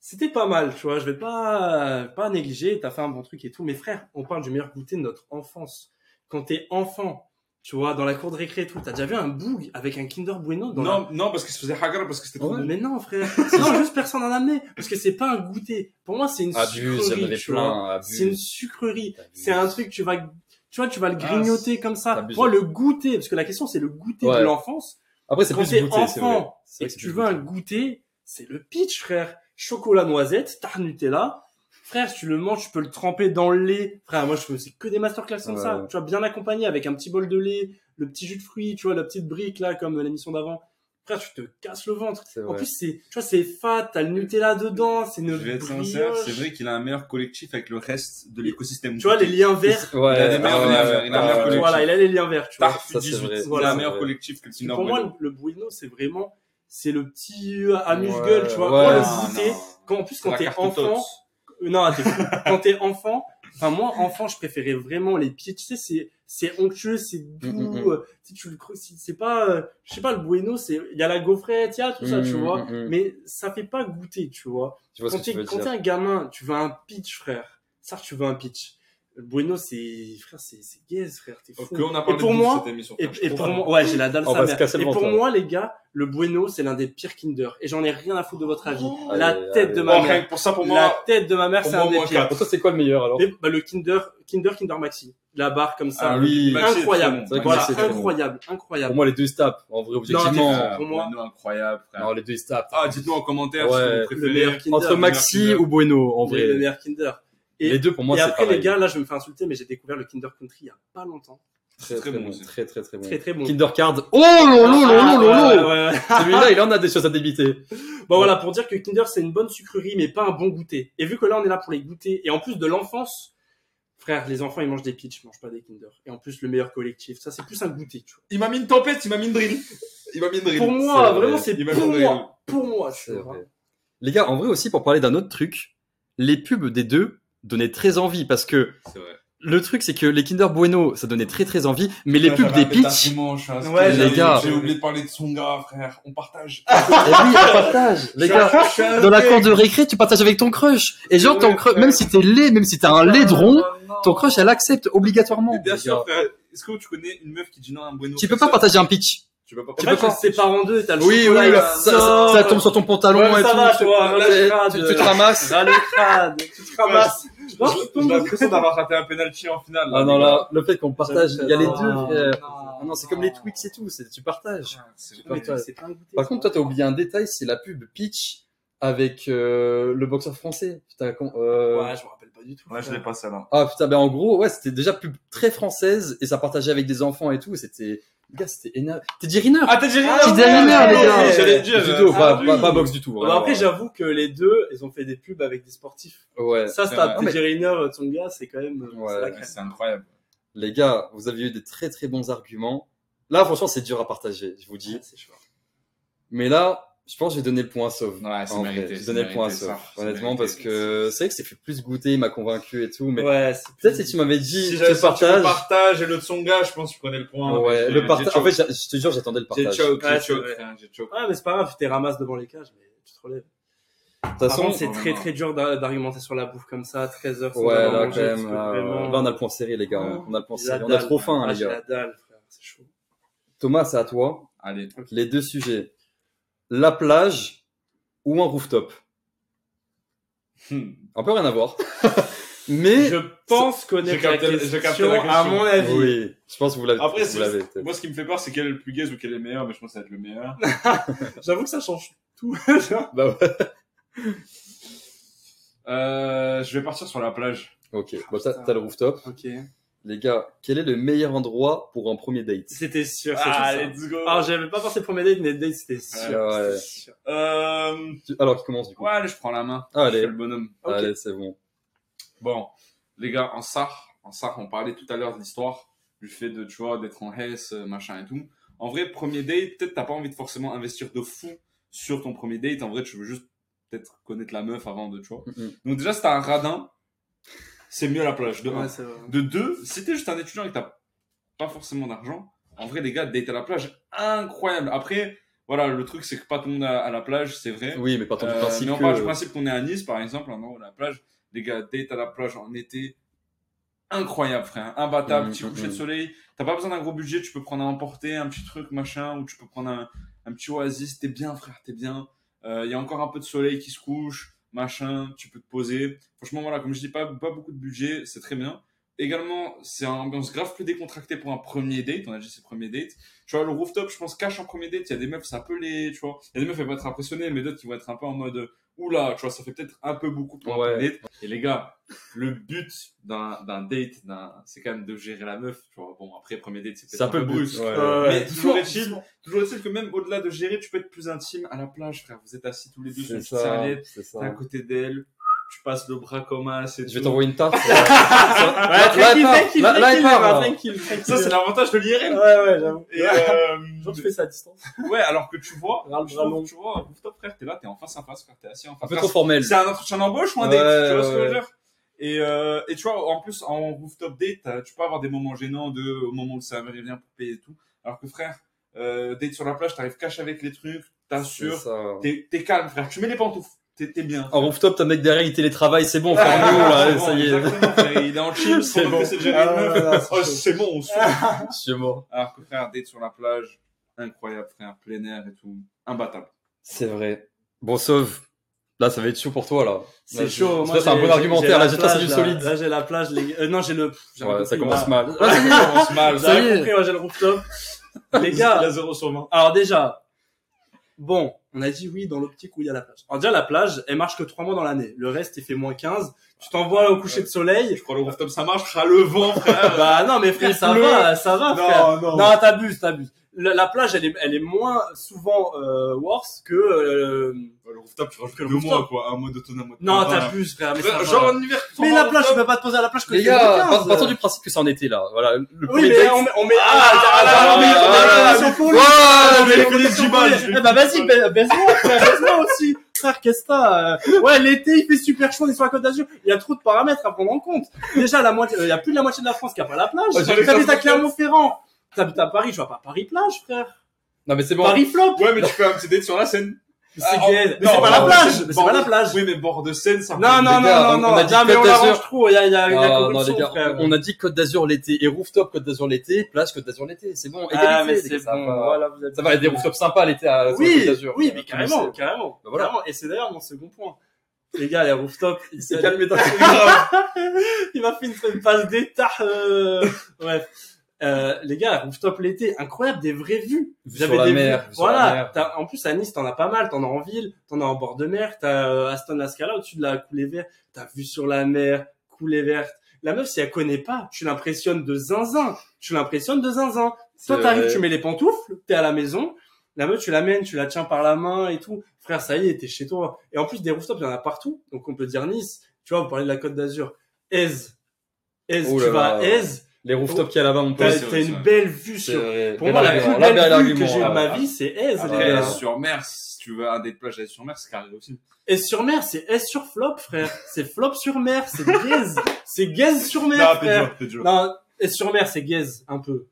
S1: c'était pas mal, tu vois. Je vais pas, pas négliger. T'as fait un bon truc et tout. Mais frère, on parle du meilleur goûter de notre enfance. Quand t'es enfant, tu vois, dans la cour de récré et tout, t'as déjà vu un boug avec un Kinder Bueno dans la-
S2: Non, non, parce qu'il se faisait hagar parce que c'était trop
S3: Ouais.
S2: bon.
S1: Mais non, frère. non, juste personne en a amené. Parce que c'est pas un goûter. Pour moi, c'est une
S3: Abuse, il y en
S1: sucrerie,
S3: avait
S1: tu vois.
S3: plein,
S1: C'est une
S3: abuse.
S1: sucrerie.
S3: T'abuses.
S1: C'est un truc, tu vas, tu vois, tu vas le
S2: Ah,
S1: grignoter comme ça.
S3: t'abuses.
S1: Moi, le goûter, parce que la question, c'est le goûter
S3: Ouais.
S1: de l'enfance.
S3: Après, c'est
S1: Quand
S3: plus
S1: t'es
S3: du goûter, c'est vrai.
S1: enfant
S3: C'est
S1: et
S3: vrai
S1: que
S3: c'est
S1: tu
S3: du
S1: veux un
S3: goûter.
S1: goûter, c'est le pitch, frère. Chocolat noisette, tarte Nutella. Frère, si tu le manges, tu peux le tremper dans le lait. Frère, moi, je fais c'est que des masterclass comme
S3: Ouais,
S1: ça.
S3: ouais.
S1: Tu vois, bien accompagné avec un petit bol de lait, le petit jus de fruits, tu vois, la petite brique, là, comme l'émission d'avant. Frère, tu te casses le ventre.
S3: C'est
S1: En
S3: vrai.
S1: plus, c'est, tu vois, c'est fat, t'as le Nutella dedans, c'est
S2: Je
S1: une
S2: vais être
S1: brioche.
S2: sincère, c'est vrai qu'il a un meilleur collectif avec le reste de l'écosystème.
S1: Tu vois, les liens verts.
S3: Ouais,
S2: Il a des meilleurs-
S3: ah ouais,
S2: il a- il a
S3: ouais,
S2: un
S3: ouais,
S2: meilleur
S3: ouais. Ah,
S2: collectif.
S1: Voilà, il a les liens verts, tu vois.
S2: Tarf
S3: Ça, c'est
S2: 18,
S3: vrai.
S2: il a
S1: Voilà.
S2: un meilleur
S3: Ouais.
S2: collectif que le Kinder
S1: Pour
S2: Bueno.
S1: moi, le Bueno, c'est vraiment, c'est le petit euh, amuse-gueule,
S3: Ouais,
S1: tu vois.
S3: ouais.
S1: Quand
S2: Non,
S1: le goûter,
S2: non.
S1: quand, en plus,
S2: C'est
S1: quand
S2: la
S1: t'es
S2: carte
S1: enfant,
S2: Tots.
S1: Euh, Non, t'es fou. quand t'es enfant, enfin moi enfant, je préférais vraiment les pieds. Tu sais, c'est c'est onctueux, c'est doux.
S3: Mm, mm, mm.
S1: euh, tu sais, tu le cro- c'est c'est pas, euh, je sais pas, le bueno, c'est il y a la gaufrette, il y a tout ça, tu
S3: Mm,
S1: vois.
S3: mm, mm.
S1: Mais ça fait pas goûter, tu vois.
S3: Je vois ce
S1: quand
S3: que tu
S1: t'es
S3: veux
S1: quand t'es
S3: dire.
S1: un gamin, tu veux un pitch, frère. Ça, tu veux un pitch. Le bueno, c'est frère, c'est c'est gaze, frère, t'es fou.
S2: Ok, on a parlé
S1: Et pour
S2: de
S1: moi-
S2: cette émission.
S1: Et,
S2: frère,
S1: et
S2: je
S1: pour
S2: comprends.
S1: moi, ouais, j'ai la dalle
S3: On
S1: sa
S3: va se
S1: mère.
S3: casser le
S1: Et pour
S3: ventre,
S1: moi, les gars, le bueno, c'est l'un des pires Kinder. Et j'en ai rien à foutre de votre avis.
S2: Oh.
S1: la
S3: Allez,
S1: tête
S3: allez.
S1: de
S2: Bon,
S1: ma
S2: rien
S1: mère,
S2: que pour ça, pour
S1: la
S2: moi,
S1: tête de ma mère,
S2: pour
S1: c'est un
S2: moi,
S1: des
S2: moins
S1: pires.
S2: quatre.
S3: Pour toi, c'est quoi le meilleur alors
S1: Mais, bah, le Kinder, Kinder, Kinder Maxi. La barre comme ça.
S3: Ah oui,
S1: Maxi, Incroyable.
S2: c'est très bon.
S1: Voilà,
S3: Maxi, c'est très bon.
S1: incroyable, incroyable.
S3: Pour moi, les deux ils se tapent. En vrai,
S1: Non,
S3: objectivement. euh,
S1: t'es pour moi-
S2: Bueno, incroyable, frère.
S3: Non, les deux ils se tapent.
S2: Ah, dites-nous en commentaire
S3: Ouais.
S2: ce que vous
S1: le meilleur
S2: préférez.
S1: Kinder.
S3: Entre Maxi
S2: Kinder.
S3: ou Bueno, en
S1: le meilleur- le
S3: vrai.
S1: meilleur Kinder. Et,
S3: Les deux, pour moi,
S1: et
S3: c'est
S1: après,
S3: pareil.
S1: les gars, là, je me fais insulter, mais j'ai découvert le Kinder Country il y a pas longtemps.
S3: très, très,
S2: très bon
S3: bon.
S2: aussi.
S3: Très, très, très bon.
S1: Très, très bon.
S3: Kinder Card. Oh, lolo,
S1: Ah,
S3: lolo,
S1: ouais,
S3: lolo.
S1: ouais, ouais.
S3: Celui-là, il en a des choses à débiter.
S1: Bon, voilà, pour dire que Kinder, c'est une bonne sucrerie, mais pas un bon goûter. Et vu que là, on est là pour les goûter, et en plus de l'enfance, frère, les enfants, ils mangent des pitchs, ils mangent pas des Kinder. Et en plus, le meilleur collectif, ça, c'est plus un goûter, tu vois.
S2: Il m'a mis une tempête, il m'a mis une drill. Il m'a mis une drill.
S1: Pour moi,
S3: vrai.
S1: vraiment, c'est
S2: Il m'a
S1: pour
S2: mis une drill.
S1: moi. Pour moi, tu
S3: C'est
S1: vois.
S3: vrai. Les gars, en vrai aussi, pour parler d'un autre truc, les pubs des deux donnaient très envie parce que
S2: C'est vrai.
S3: le truc, c'est que les Kinder Bueno, ça donnait très, très envie, mais les pubs des Peach.
S1: Ouais,
S2: Ouais,
S1: les
S3: gars.
S2: hein, J'ai oublié de parler de Songa, frère. On partage.
S3: Eh oui, on partage. Les gars, dans la cour de récré, tu partages avec ton crush. Et genre, ton crush, même si t'es laid, même si t'as un laidron, ton crush, elle accepte obligatoirement.
S2: Oh, Mais bien
S3: les
S2: sûr,
S3: gars.
S2: frère. Est-ce que tu connais une meuf qui dit non à un bueno
S3: Tu peux pas partager un pitch.
S2: Tu peux pas
S1: Tu
S3: Tu
S1: peux
S3: peux
S1: pas
S3: pas-
S1: se séparer en deux, t'as le
S3: Oui,
S1: chocolat,
S3: oui,
S1: il
S3: ça, ça-
S1: sort.
S3: ça tombe sur ton pantalon
S1: Ouais,
S3: et
S1: ça
S3: tout.
S1: va, tu vois,
S3: Tu-
S1: relâche,
S3: tu-
S1: crade.
S3: tu, tu te ramasses.
S1: Ah, le crade, tu te ramasses. Non, tu
S2: J'ai
S1: tombes.
S2: l'impression d'avoir raté un penalty en finale.
S3: Ah non, là, le fait qu'on partage, il y a les deux.
S1: Non,
S3: frère.
S1: non,
S3: Ah non, c'est comme les Twix et tout, c'est- tu partages.
S2: C'est
S1: Mais
S2: vrai.
S1: toi, c'est pas un goûter,
S3: Par
S1: ça.
S3: contre, toi, t'as oublié un détail, c'est la pub Peach avec euh, le boxeur français. Putain, con- euh,
S1: Ouais, je me rappelle pas du tout.
S2: Ouais, je l'ai pas celle-là.
S3: Ah putain, ben en gros, ouais, c'était déjà pub très française et ça partageait avec des enfants et tout. et C'était, les gars, c'était énorme. Teddy Riner
S2: Ah, t'es Jerry
S1: Ah,
S3: Teddy
S1: ouais,
S3: Riner, les gars
S1: ouais,
S2: J'allais dire.
S3: Judo,
S2: euh,
S3: pas,
S1: ah,
S3: pas,
S1: oui.
S3: pas boxe du tout.
S1: Bon,
S3: vraiment.
S1: après, j'avoue que les deux, ils ont fait des pubs avec des sportifs.
S3: Ouais.
S1: Ça, c'est
S2: c'est
S1: un
S2: vrai.
S1: Jerry Riner, ton gars, c'est quand même. euh,
S3: Ouais.
S1: c'est la
S2: ouais,
S1: crème.
S2: C'est incroyable.
S3: Les gars, vous avez eu des très très bons arguments. Là, franchement, c'est dur à partager, je vous dis.
S1: Ouais, Ah, c'est chaud.
S3: Mais là, je pense que j'ai donné le point à Sauve.
S2: Ouais, Ah, c'est
S3: En vrai,
S2: mérité.
S3: J'ai donné le point à Sauve. Honnêtement, parce que c'est vrai que c'est fait plus goûter, il m'a convaincu et tout. Mais
S1: Ouais, c'est
S3: peut-être si tu m'avais dit,
S2: Si
S3: tu
S2: j'avais
S3: le
S2: sorti le
S3: partages.
S2: partage et le Tsonga, je pense que je prenais le point.
S3: Ouais,
S2: J'ai-
S3: le
S2: j'ai
S3: partage. En
S2: choke.
S3: fait, j'a- je te jure, j'attendais le
S2: J'ai
S3: partage. De
S2: choke,
S1: Ouais,
S2: j'ai
S1: c'est
S2: choke,
S1: vrai.
S2: frère, j'ai choke.
S1: Ouais, Ah, mais c'est pas grave, tu t'es ramassé devant les cages, mais tu te relèves. Par
S3: toute façon,
S1: contre, Ah c'est
S2: non,
S1: très
S2: non.
S1: très dur d'a- d'argumenter sur la bouffe comme ça, 13 heures sans
S3: Ouais,
S1: avoir
S3: là, quand
S1: mangé, parce
S3: même.
S1: que
S3: Là,
S1: vraiment,
S3: là, on a le point serré, les gars. hein.
S1: Oh,
S3: On a le point
S1: j'ai la
S3: serré. On a
S1: dalle.
S3: trop faim,
S1: Ah,
S3: les
S1: j'ai
S3: gars.
S1: la dalle, frère, c'est chaud.
S3: Thomas, c'est à toi.
S2: Allez.
S3: Les deux sujets. La plage ou un rooftop.
S2: Hmm.
S3: Un peu rien à voir. Mais.
S1: Je pense connaître
S2: J'ai
S1: la
S2: capté-
S1: question,
S2: j'ai capté la
S1: à
S2: question.
S1: mon avis.
S3: Oui. Je pense que vous l'avez.
S2: Après,
S3: vous
S2: c'est-
S3: l'avez.
S2: moi, ce qui me fait peur, c'est quel est le plus gaze ou quel est le meilleur, mais je pense que ça va être le meilleur.
S1: J'avoue que ça change tout.
S3: Bah ouais.
S2: Euh, je vais partir sur la plage.
S3: Ok. Bon, ça, t'as le rooftop.
S1: ok.
S3: Les gars, quel est le meilleur endroit pour un premier date
S1: C'était sûr, c'était
S2: Ah,
S1: sûr.
S2: let's go.
S1: Alors, j'avais pas pensé pour mes dates, mais dates, c'était sûr.
S3: Ouais.
S1: c'était sûr.
S2: Euh,
S3: Tu- Alors, qui commence du coup
S2: ouais, allez, je prends la main. Je fais
S3: Allez,
S2: le bonhomme.
S1: Ok.
S3: allez, c'est bon.
S2: Bon, les gars, en Sarre, en Sarre, on parlait tout à l'heure de l'histoire, du fait de, tu vois, d'être en Hesse, euh, machin et tout. En vrai, premier date, peut-être t'as pas envie de forcément investir de fou sur ton premier date. En vrai, tu veux juste peut-être connaître la meuf avant de, tu vois.
S3: Mhm.
S2: Donc déjà, si t'as un radin, c'est mieux à la plage. De un.
S1: Ouais, c'est vrai.
S2: De deux, si t'es juste un étudiant et que t'as pas forcément d'argent, en vrai, les gars, date à la plage, incroyable. Après, voilà, le truc, c'est que pas tout le monde à, à la plage, c'est vrai.
S3: Oui, mais pas tant du
S2: Euh,
S3: principe.
S2: mais on
S3: que-
S2: parle du principe qu'on est à Nice, par exemple, un an à la plage. Les gars, date à la plage en été, incroyable, frère. Imbattable,
S3: Mhm,
S2: petit
S3: mhm,
S2: coucher
S3: mhm.
S2: de soleil. T'as pas besoin d'un gros budget, tu peux prendre à emporter, un petit truc, machin, ou tu peux prendre un, un petit oasis. T'es bien, frère, t'es bien. Il y a encore un peu de soleil qui se couche, machin, tu peux te poser. Franchement, voilà, comme je dis, pas, pas beaucoup de budget, c'est très bien. Également, c'est une ambiance grave plus décontractée pour un premier date. On a dit c'est premier date. Tu vois, le rooftop, je pense, cache en premier date. Il y a des meufs, ça peut les, tu vois. Il y a des meufs, elles vont être impressionnées, mais d'autres qui vont être un peu en mode, oula, tu vois, ça fait peut-être un peu beaucoup pour un
S3: Ouais.
S2: premier date. Et les gars, le but d'un, d'un date, d'un, c'est quand même de gérer la meuf, tu vois. Bon, après, premier date, c'est peut-être
S3: C'est un peu brusque.
S2: brusque.
S3: ouais.
S1: Euh,
S2: Mais
S1: Ouais.
S2: toujours est-il, toujours est-il que même au-delà de gérer, tu peux être plus intime à la plage, frère. Vous êtes assis tous les deux sur
S3: C'est
S2: une petite
S3: ça.
S2: serviette,
S3: c'est ça.
S2: t'es à côté d'elle, tu passes le bras comme un, c'est
S3: Je vais
S2: tout.
S3: t'envoyer une tarte. euh,
S1: Ouais,
S3: Là, là,
S1: tranquille,
S3: il part.
S1: tranquille,
S3: Là, là, il
S1: tranquille,
S3: part,
S1: Emma,
S3: là.
S1: tranquille, tranquille.
S2: Ça, c'est l'avantage de l'IRL.
S1: Ouais, ouais, j'avoue.
S2: Et, euh,
S1: Genre, tu fais ça à distance.
S2: Ouais, alors que tu vois,
S1: Râle,
S2: tu
S1: râle,
S2: vois,
S1: non.
S2: tu vois, rooftop, frère, t'es là, t'es en face à face, frère, t'es assis en
S3: Un
S2: face.
S3: peu
S2: à
S3: trop
S2: face.
S3: formel.
S2: C'est un entretien d'embauche ou un date,
S3: Ouais,
S2: tu vois ce que je
S3: ouais,
S2: veux dire et, euh, et tu vois, en plus, en rooftop date, t'as- tu peux avoir des moments gênants de, au moment où le serveur il vient pour payer et tout. Alors que frère, euh, date sur la plage, t'arrives cash avec les trucs,
S3: C'est
S2: t'assures,
S3: ça.
S2: t'es t'es calme, frère, tu mets les pantoufles, t'es t'es bien.
S3: En rooftop, t'as le mec derrière, il télétravaille, c'est bon, ferme-nous, là, ça y est.
S2: Exactement, frère, il est en chill,
S3: C'est
S2: c'est
S3: bon.
S2: bon. C'est déjà
S1: Ah,
S2: une meuf.
S1: ouais, ouais, c'est
S2: Oh,
S1: chaud.
S2: c'est bon, on se
S3: C'est mort.
S2: Alors que frère, date sur la plage, incroyable, frère, plein air et tout, imbattable.
S3: C'est vrai. Bon, sauf, là, ça va être chaud pour toi, là. Là,
S1: C'est
S3: je-
S1: chaud.
S3: je
S1: moi,
S3: sais, C'est un
S1: j'ai-
S3: bon
S1: j'ai- j'ai
S3: argumentaire,
S1: la
S3: là, j'ai placé
S1: plage,
S3: du
S1: là.
S3: solide.
S1: Là, j'ai la plage, les gars. Euh, non, j'ai le. j'ai
S3: Ouais,
S1: rien
S3: ça
S1: compris,
S3: commence
S1: là.
S3: mal.
S2: Ah, ça commence mal.
S1: Ça
S3: y est.
S1: compris, moi, j'ai le rooftop. Les
S2: Il
S1: gars,
S2: a 0 sur 20.
S1: alors déjà, bon, on a dit oui dans l'optique où il y a la plage. Alors déjà, la plage, elle marche que trois mois dans l'année. Le reste, il fait moins 15. Tu t'envoies au coucher de soleil.
S2: Je crois le rooftop ça marche, ça le vent, frère.
S1: Bah non, mais frère,
S2: Il
S1: ça
S2: pleut.
S1: va, ça va, frère.
S2: non.
S1: Non, t'abuses, t'abuses. La, la plage, elle est, elle est moins souvent euh, worse que. euh,
S2: Bah, le rooftop, tu rajoutes
S1: Que le
S2: deux
S1: rooftop.
S2: mois, quoi. Un mois d'automne, un mois de
S1: Non,
S2: printemps.
S1: t'abuses, frère. Mais, ça
S2: Frère,
S1: va.
S2: Euh, Genre en hiver, tu t'en
S1: mais
S2: vas
S1: la
S2: au
S1: plage, tu
S2: rooftop.
S1: peux pas te poser à la plage que
S3: Les
S1: c'est
S3: gars,
S1: moins
S3: part-
S1: 15.
S3: partons du principe que c'est en été, là. Voilà. Le
S1: Oui,
S3: premier
S1: mais
S3: date.
S1: on met. On met...
S2: Ah,
S1: Ah,
S2: ah,
S1: ah,
S2: ah,
S1: mais
S2: ah,
S1: on met
S2: ah,
S1: la relation pour lui.
S2: mais-
S3: Voilà, mais-
S2: j'ai fait des petits balles, j'ai
S1: Eh bah vas-y, ba- baise-moi, frère, baise-moi aussi. Frère, qu'est-ce que t'as euh, Ouais, l'été, il fait super chaud, on est sur la Côte d'Azur. Il y a trop de paramètres à prendre en compte. Déjà, la moitié, euh, il y a plus de la moitié de la France qui a pas la plage.
S2: Ouais, j'allais dire
S1: T'habites à
S2: ça.
S1: Clermont-Ferrand. T'habites à Paris, tu vois pas Paris-Plage, frère.
S3: Non, mais c'est bon.
S1: Paris-Flop.
S2: Ouais, mais tu fais un petit date sur la Seine.
S1: C'est
S2: Ah,
S1: gay.
S2: en-
S1: Mais c'est
S2: non,
S1: pas la
S2: en-
S1: plage. Mais c'est
S2: bord
S1: pas
S2: de-
S1: la plage.
S2: Oui, mais bord de Seine, ça
S1: Non, non,
S3: Les gars,
S1: non,
S3: on-
S1: non,
S3: on
S1: non,
S3: a dit
S1: non, mais
S3: Côte
S1: on
S3: d'Azur.
S1: l'arrange trop, il y a, il y a, il y a
S3: Ah, non,
S1: corruption,
S3: les gars,
S1: frère.
S3: on a dit Côte d'Azur l'été et rooftop Côte d'Azur l'été, plage Côte d'Azur l'été. C'est bon. Égalité,
S1: Ah, mais
S3: les
S1: c'est
S3: gars, ça
S1: bon,
S3: va.
S1: voilà, vous avez-
S3: Ça va, il y a des rooftops sympas l'été à sur la Côte
S1: Oui,
S3: d'Azur.
S1: oui,
S3: Voilà,
S1: Ah, mais
S3: tout le monde
S1: carrément,
S3: sait.
S1: carrément,
S3: Bah voilà.
S1: carrément. Et c'est d'ailleurs mon second point. Les gars, les rooftops, il s'est
S3: calmé d'un
S1: Il m'a fait une, une passe d'état, euh, bref. Euh, les gars, rooftop l'été, incroyable, des vraies vues.
S3: Vue
S1: J'avais
S3: sur la
S1: des
S3: mer,
S1: vues.
S3: vue sur la
S1: Voilà.
S3: mer.
S1: t'as- En plus, à Nice, t'en as pas mal. T'en as en ville, t'en as en bord de mer. T'as euh, Aston La Scala au-dessus de la coulée verte. T'as vue sur la mer, coulée verte. La meuf, si elle connaît pas, tu l'impressionnes de zinzin. Tu l'impressionnes de zinzin.
S3: C'est
S1: Toi, t'arrives,
S3: vrai.
S1: tu mets les pantoufles, t'es à la maison. La meuf, tu l'amènes, tu la tiens par la main et tout. Frère, ça y est, t'es chez toi. Et en plus, des rooftops, il y en a partout. Donc, on peut dire Nice. Tu vois, vous parlez de la Côte d'Azur. Aise. Aise,
S3: Oh
S1: tu
S3: là
S1: vas
S3: là.
S1: à Aise.
S3: Les rooftops qu'il y a là-bas, on peut.
S1: T'as
S2: c'est
S1: t'as
S2: vrai,
S1: une
S2: c'est
S1: belle vue
S3: C'est
S1: sur.
S3: vrai.
S1: Pour
S3: Mais
S1: moi,
S3: là,
S1: la plus
S3: on a
S1: belle
S3: bien
S1: vue que
S3: l'argument,
S1: j'ai eu
S3: là.
S1: de ma vie, c'est Aise,
S3: Ah,
S1: les
S3: ouais.
S1: gars.
S2: Après, euh, sur mer, si tu veux un date plage à sur mer, c'est carré aussi.
S1: S sur mer, c'est S sur flop, frère. C'est flop sur mer, c'est gaze. c'est gaze sur mer,
S2: Non,
S1: frère.
S2: Pedro, Pedro.
S1: Non, S sur mer, c'est gaze, un peu.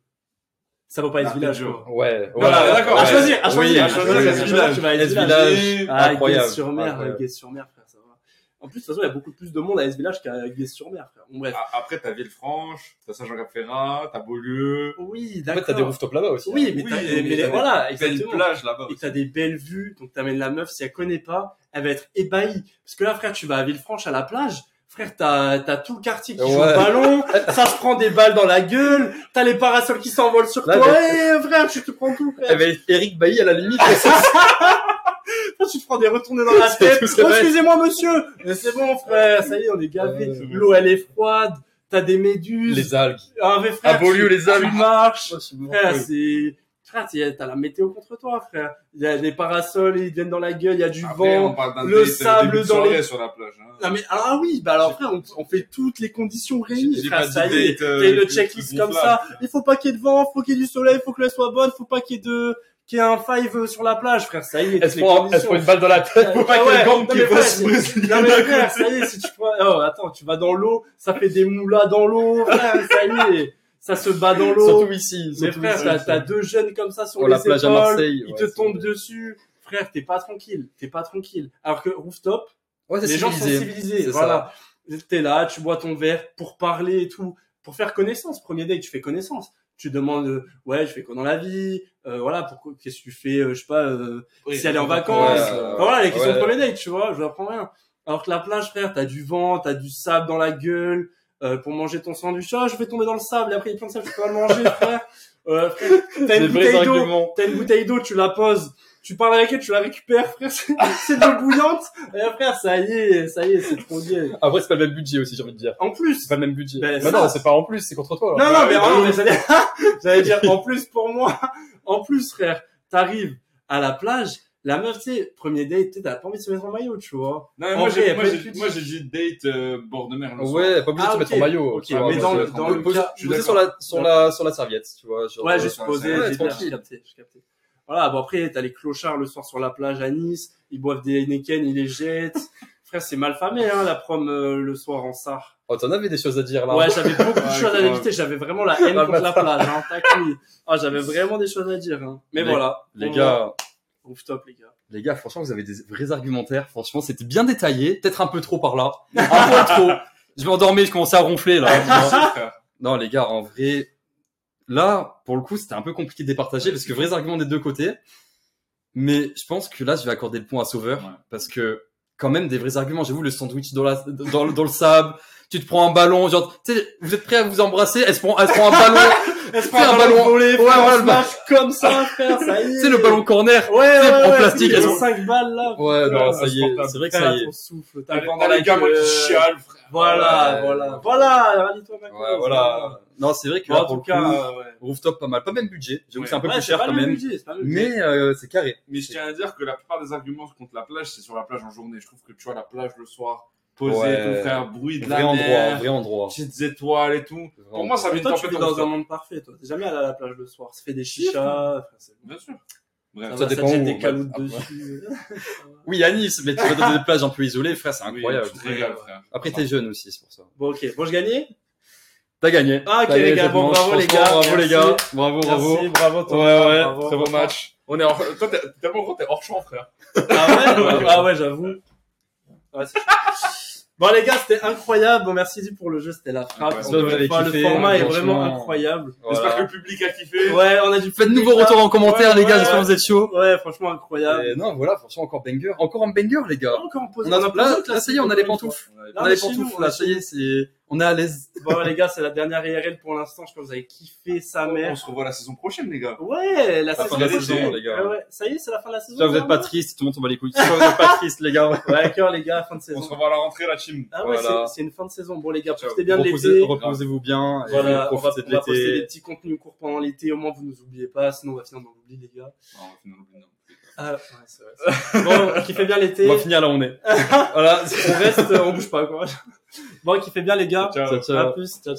S1: Ça vaut pas être
S2: Ah,
S1: village,
S2: Pedro.
S1: quoi.
S3: Ouais,
S2: Voilà,
S3: ouais.
S2: d'accord.
S1: À
S2: ouais.
S1: choisir, à
S3: Oui,
S1: choisir,
S3: à
S1: à
S3: choisir,
S1: choisir, à
S2: S
S1: choisir,
S2: village.
S1: tu vas à S
S3: S
S1: village.
S3: village.
S2: Et-
S1: Ah,
S3: Incroyable.
S1: Guise sur mer,
S3: Incroyable.
S1: Guise sur mer, frère, ça va. En plus, de toute façon, il y a beaucoup plus de monde à S village qu'à Guise sur mer, frère. Bon, bref.
S2: A- Ah, Après, t'as Villefranche, t'as Saint-Jean-Cap-Ferrat, t'as Beaulieu.
S1: Oui,
S3: En fait,
S1: d'accord.
S3: t'as des rooftops là-bas aussi.
S1: Oui, mais,
S2: Oui,
S1: t'as- mais,
S2: mais
S1: mais
S2: t'as-
S1: voilà,
S2: T'as une
S1: exactement.
S2: plage là-bas.
S1: Et t'as des belles vues, donc t'amènes la meuf, si elle connaît pas, elle va être ébahie. Parce que là, frère, tu vas à Villefranche à la plage, frère, t'as, t'as tout le quartier qui joue
S3: Ouais.
S1: au ballon, ça se prend des balles dans la gueule, t'as les parasols qui s'envolent sur
S3: Là, Eh,
S1: toi, Eh, frère, tu te prends tout, frère.
S3: Avec ben, Eric Bailly à la limite.
S1: Frère, tu te prends des retournées dans la
S3: C'est
S1: tête.
S3: tout, c'est
S1: Oh,
S3: vrai.
S1: excusez-moi, monsieur. Mais c'est bon, frère, ça y est, on est gavé.
S3: Ouais.
S1: L'eau, elle est froide, t'as des méduses.
S3: Les algues.
S1: Ah, mais
S3: À
S1: frère,
S3: Beaulieu,
S1: tu,
S3: les algues.
S1: tu marches.
S3: Oh, je suis mort.
S1: Frère, c'est, Frère, t'y- t'as la météo contre toi, frère. Il y a des parasols, ils viennent dans la gueule, il y a du
S2: Après,
S1: vent.
S2: on parle d'un
S1: le
S2: date, euh,
S1: sable
S2: début de
S1: dans les-
S2: soirée sur la plage. hein.
S1: Non, mais, ah oui, bah alors frère, on, on fait toutes les conditions réunies.
S2: J'ai
S1: frère,
S2: pas dit
S1: ça y est,
S2: date, euh,
S1: t'as le
S2: du-
S1: checklist
S2: du
S1: comme
S2: gonflable.
S1: ça. Il faut pas qu'il y ait de vent, faut qu'il y ait du soleil, faut que l'eau soit bonne, faut pas qu'il y ait de, qu'il y ait un five sur la plage, frère, ça y est.
S4: Elle
S1: toutes
S4: se
S1: les
S4: prend elle se
S1: conditions.
S4: prend une balle dans la tête.
S1: Ah
S4: Faut pas qu'il y ait
S1: ouais,
S4: le gang
S1: non,
S4: qui
S1: mais
S4: va
S1: voilà,
S4: se
S1: c'est-
S4: briser
S1: Non mais
S4: la gueule.
S1: frère, ça y est, si tu prends... Oh, attends, tu vas dans l'eau, ça fait des moulas dans l'eau, frère, ça y est. Ça se bat dans l'eau.
S4: Surtout ici.
S1: Mais
S4: surtout
S1: frère,
S4: ici.
S1: t'as
S3: hein.
S1: t'as deux jeunes comme ça sur
S3: Pour
S1: les
S3: Oh, la plage à
S1: épaules,
S3: Marseille,
S1: Ils
S3: ouais,
S1: te
S3: c'est-
S1: tombent dessus. Frère, t'es pas tranquille. T'es pas tranquille. Alors que rooftop,
S3: Ouais, c'est
S1: les gens sont
S3: civilisé.
S1: civilisés.
S3: C'est
S1: Voilà. T'es là, tu bois ton verre pour parler et tout, pour faire connaissance. Premier date, tu fais connaissance. Tu demandes, euh, ouais, je fais quoi dans la vie Euh, Voilà, pourquoi Qu'est-ce que tu fais euh, Je sais pas. euh,
S2: Oui,
S1: si elle est en vacances.
S3: ouais, ouais,
S1: Enfin, voilà, les questions
S3: ouais.
S1: de premier date, tu vois. Je n'apprends rien. Alors que la plage, frère, t'as du vent, t'as du sable dans la gueule. euh, pour manger ton sandwich, ah, je vais tomber dans le sable. Et après, il y a plein de sable, je peux pas le manger, frère. Euh, frère, t'as
S4: Des
S1: une
S4: vrais
S1: bouteille d'eau.
S4: arguments.
S1: T'as une bouteille d'eau, tu la poses, tu parles avec elle, tu la récupères, frère, c'est c'est de l'eau bouillante. Et frère, ça y est, ça y est, c'est trop gay.
S4: Après, c'est pas le même budget aussi, j'ai envie de dire.
S1: En plus.
S4: C'est pas le même budget.
S1: Ben,
S4: Bah
S1: ça.
S4: non, c'est pas en plus, c'est contre toi.
S1: Non,
S4: là.
S1: non, mais,
S2: ouais,
S1: non,
S2: ouais.
S1: mais ça veut dire- j'allais dire, en plus pour moi, en plus, frère, t'arrives à la plage, la meuf, tu sais, premier date, tu sais, t'as pas envie de se mettre en maillot, tu vois.
S2: Non, mais
S1: En
S2: moi,
S1: vrai,
S2: j'ai-
S1: y a
S2: moi,
S1: pas de
S2: j'ai
S1: pute.
S2: moi, j'ai dit date euh, bord de mer. le soir.
S3: Ouais, pas obligé de
S1: Ah,
S3: se
S1: ok.
S3: mettre en maillot.
S1: Ok,
S3: tu vois,
S1: mais
S3: moi,
S1: dans
S3: je-
S1: le,
S2: vais
S1: dans
S2: être en
S1: le
S2: pause.
S1: cas,
S2: Je suis
S3: Posé
S2: d'accord.
S3: sur la, sur la, sur la serviette, tu vois. Genre,
S1: ouais,
S3: euh,
S1: juste
S2: ouais,
S1: posé,
S2: ouais,
S1: j'ai bien,
S3: tranquille.
S1: j'ai capté, j'ai capté. Voilà, bon après, t'as les clochards le soir sur la plage à Nice, ils boivent des Heineken, ils les jettent. Frère, c'est mal famé, hein, la prom euh, le soir en Sarre.
S3: Oh, t'en avais des choses à dire, là.
S1: Ouais, j'avais beaucoup de
S2: Ouais,
S1: choses à
S2: grave.
S1: éviter. J'avais vraiment la haine
S3: Ah,
S1: contre la
S3: bah,
S1: plage. Hein, tac, oui. Ah, j'avais vraiment des choses à dire. Hein. Mais
S3: Les-
S1: voilà.
S3: Les
S1: Bon,
S3: gars,
S1: Ouf top, les gars.
S3: les gars, franchement, vous avez des vrais argumentaires. Franchement, c'était bien détaillé. Peut-être un peu trop par là. Un peu trop. Je m'endormais, je commençais à ronfler, là. tu vois.
S2: Merci, frère.
S3: Non, les gars, en vrai, là, pour le coup, c'était un peu compliqué de départager parce que vrais arguments des deux côtés. Mais je pense que là, je vais accorder le point à Sauveur
S2: Ouais.
S3: parce que quand même des vrais arguments. J'avoue, le sandwich dans, la, dans, le- dans le sable, tu te prends un ballon, genre, tu sais, vous êtes prêts à vous embrasser, elle se prend, elle se prend un ballon,
S1: Est-ce
S3: prend un ballon
S1: volé,
S3: Ouais, voilà, le
S1: match comme ça, frère, ça y est.
S3: tu sais, le ballon corner.
S1: Ouais, ouais,
S3: en
S1: ouais,
S3: plastique,
S1: les
S3: elles ont-
S1: 5 balles là.
S3: Ouais, non, ça y est,
S2: insupportable.
S3: c'est vrai que ça
S1: T'as
S3: y est.
S1: ton souffle, t'as le
S2: T'as
S1: euh, vent dans
S2: les- t'as
S1: la
S2: les gars, moi,
S1: gueule.
S2: qui chialent, frère.
S1: Voilà,
S3: Ouais.
S1: voilà, voilà, rallie-toi maintenant.
S3: Ouais, voilà. Non, c'est vrai que
S1: Bon,
S3: là,
S1: en
S3: pour
S1: tout
S3: le
S1: cas,
S3: coup,
S1: euh, ouais.
S3: rooftop pas mal. Pas même budget. J'avoue,
S2: Ouais.
S3: c'est un peu
S1: Ouais,
S3: plus
S1: c'est
S3: cher
S1: pas
S3: quand
S1: le
S3: même.
S1: budget, c'est pas le budget.
S3: Mais euh, c'est carré.
S2: Mais je tiens à dire que la plupart des arguments contre la plage, c'est sur la plage en journée. Je trouve que tu vois la plage le soir, posé,
S3: Ouais.
S2: tout frère, bruit de
S3: Vrai
S2: la
S3: endroit,
S2: mer,
S3: vrai endroit.
S2: petites étoiles et tout. Pour moi, ça vient
S1: Mais
S2: une
S1: toi, tu
S2: tempête
S1: vis
S2: dans
S1: dans un
S2: le
S1: monde parfait, toi. T'es jamais allé à la plage le soir. Ça fait des chichas. enfin, c'est-
S2: Bien sûr.
S1: Ça,
S2: Bref.
S1: va, ça
S3: dépend
S1: te jette
S3: où,
S1: des
S3: ouais.
S1: calottes
S3: Ah,
S1: dessus.
S3: Oui, à Nice, mais tu vas dans des plages un peu isolées, frère, c'est
S2: Oui,
S3: incroyable.
S2: tu te régales, frère.
S3: Après, t'es jeune aussi, c'est pour ça.
S1: Bon, ok. Bon, je gagnais
S3: T'as gagné.
S1: Ah, ok,
S3: T'as gagné
S1: les gars.
S3: cette
S1: Bon,
S3: manche.
S1: bravo, les
S3: Franchement,
S1: gars.
S3: Bravo, les
S1: Merci.
S3: gars. Bravo, bravo.
S1: Merci, bravo,
S3: Ouais,
S1: toi.
S3: ouais,
S1: bravo.
S3: très bon match.
S2: On est en... Toi, t'es t'es tellement gros, t'es hors champ, frère.
S1: Ah ouais, ouais, ah ouais, j'avoue. Ouais, c'est chaud. bon, les gars, c'était incroyable. Bon, merci Zip, pour le jeu, c'était la frappe.
S2: Ouais,
S1: Encore
S3: j'espère que vous
S1: une
S3: avez
S1: fois, le
S3: kiffé,
S1: format est vraiment
S3: hein, franchement.
S1: incroyable.
S2: J'espère que
S3: Voilà.
S2: le public a kiffé.
S1: Ouais, on a du
S3: Faites-nous
S1: public,
S3: vos
S1: là.
S3: retours en commentaire,
S1: Ouais,
S3: les gars,
S1: ouais.
S3: j'espère que vous êtes chauds.
S1: Ouais, franchement, incroyable.
S3: Et non, voilà, franchement, encore banger. Encore un banger, les gars.
S1: Encore en pause.
S3: On a-
S1: en pause
S3: là,
S1: haute,
S3: là, ça y est, on a les pantoufles. On a les
S1: mais chez nous, on
S3: pantoufles,
S1: est
S3: là,
S1: chez
S3: ça y est, c'est, on est à l'aise.
S1: Bon, les gars, c'est la dernière IRL pour l'instant. Je pense que vous avez kiffé sa
S2: On
S1: mère.
S2: se revoit la saison prochaine, les gars.
S1: Ouais, Oh, la
S3: La
S1: saison
S3: fin de la
S1: prochaine.
S3: saison, les
S1: Ouais,
S3: gars.
S1: ouais. Ça y est, c'est la fin de la saison.
S3: Là, vous êtes pas
S1: vraiment.
S3: triste, tout le monde tombe à les couilles. Là, vous êtes pas triste, les gars.
S1: Ouais, cœur, les gars, fin de
S2: On se
S1: saison.
S2: revoit à la rentrée, la team.
S1: Ah ouais,
S3: Voilà.
S1: c'est c'est une fin de saison. Bon, les gars,
S2: Ciao.
S1: profitez bien de
S3: Reposez-
S1: l'été.
S3: Reposez-vous bien. et
S1: Voilà, on va,
S3: Profitez
S1: on
S3: de
S1: va poster des
S3: l'été.
S1: petits contenus courts pendant l'été. Au moins, vous nous oubliez pas. Sinon, on va finir dans l'oubli, les gars.
S2: Non, on va finir le- non.
S1: Ah, ouais, c'est vrai. c'est vrai. Bon, kiffez bien l'été. euh,
S3: On
S1: on
S3: va finir là où on est. Voilà.
S1: reste, on bouge pas, quoi. Bon, kiffez bien, les gars.
S2: Ciao.
S3: Ciao, ciao.
S1: À plus. Ciao, ciao.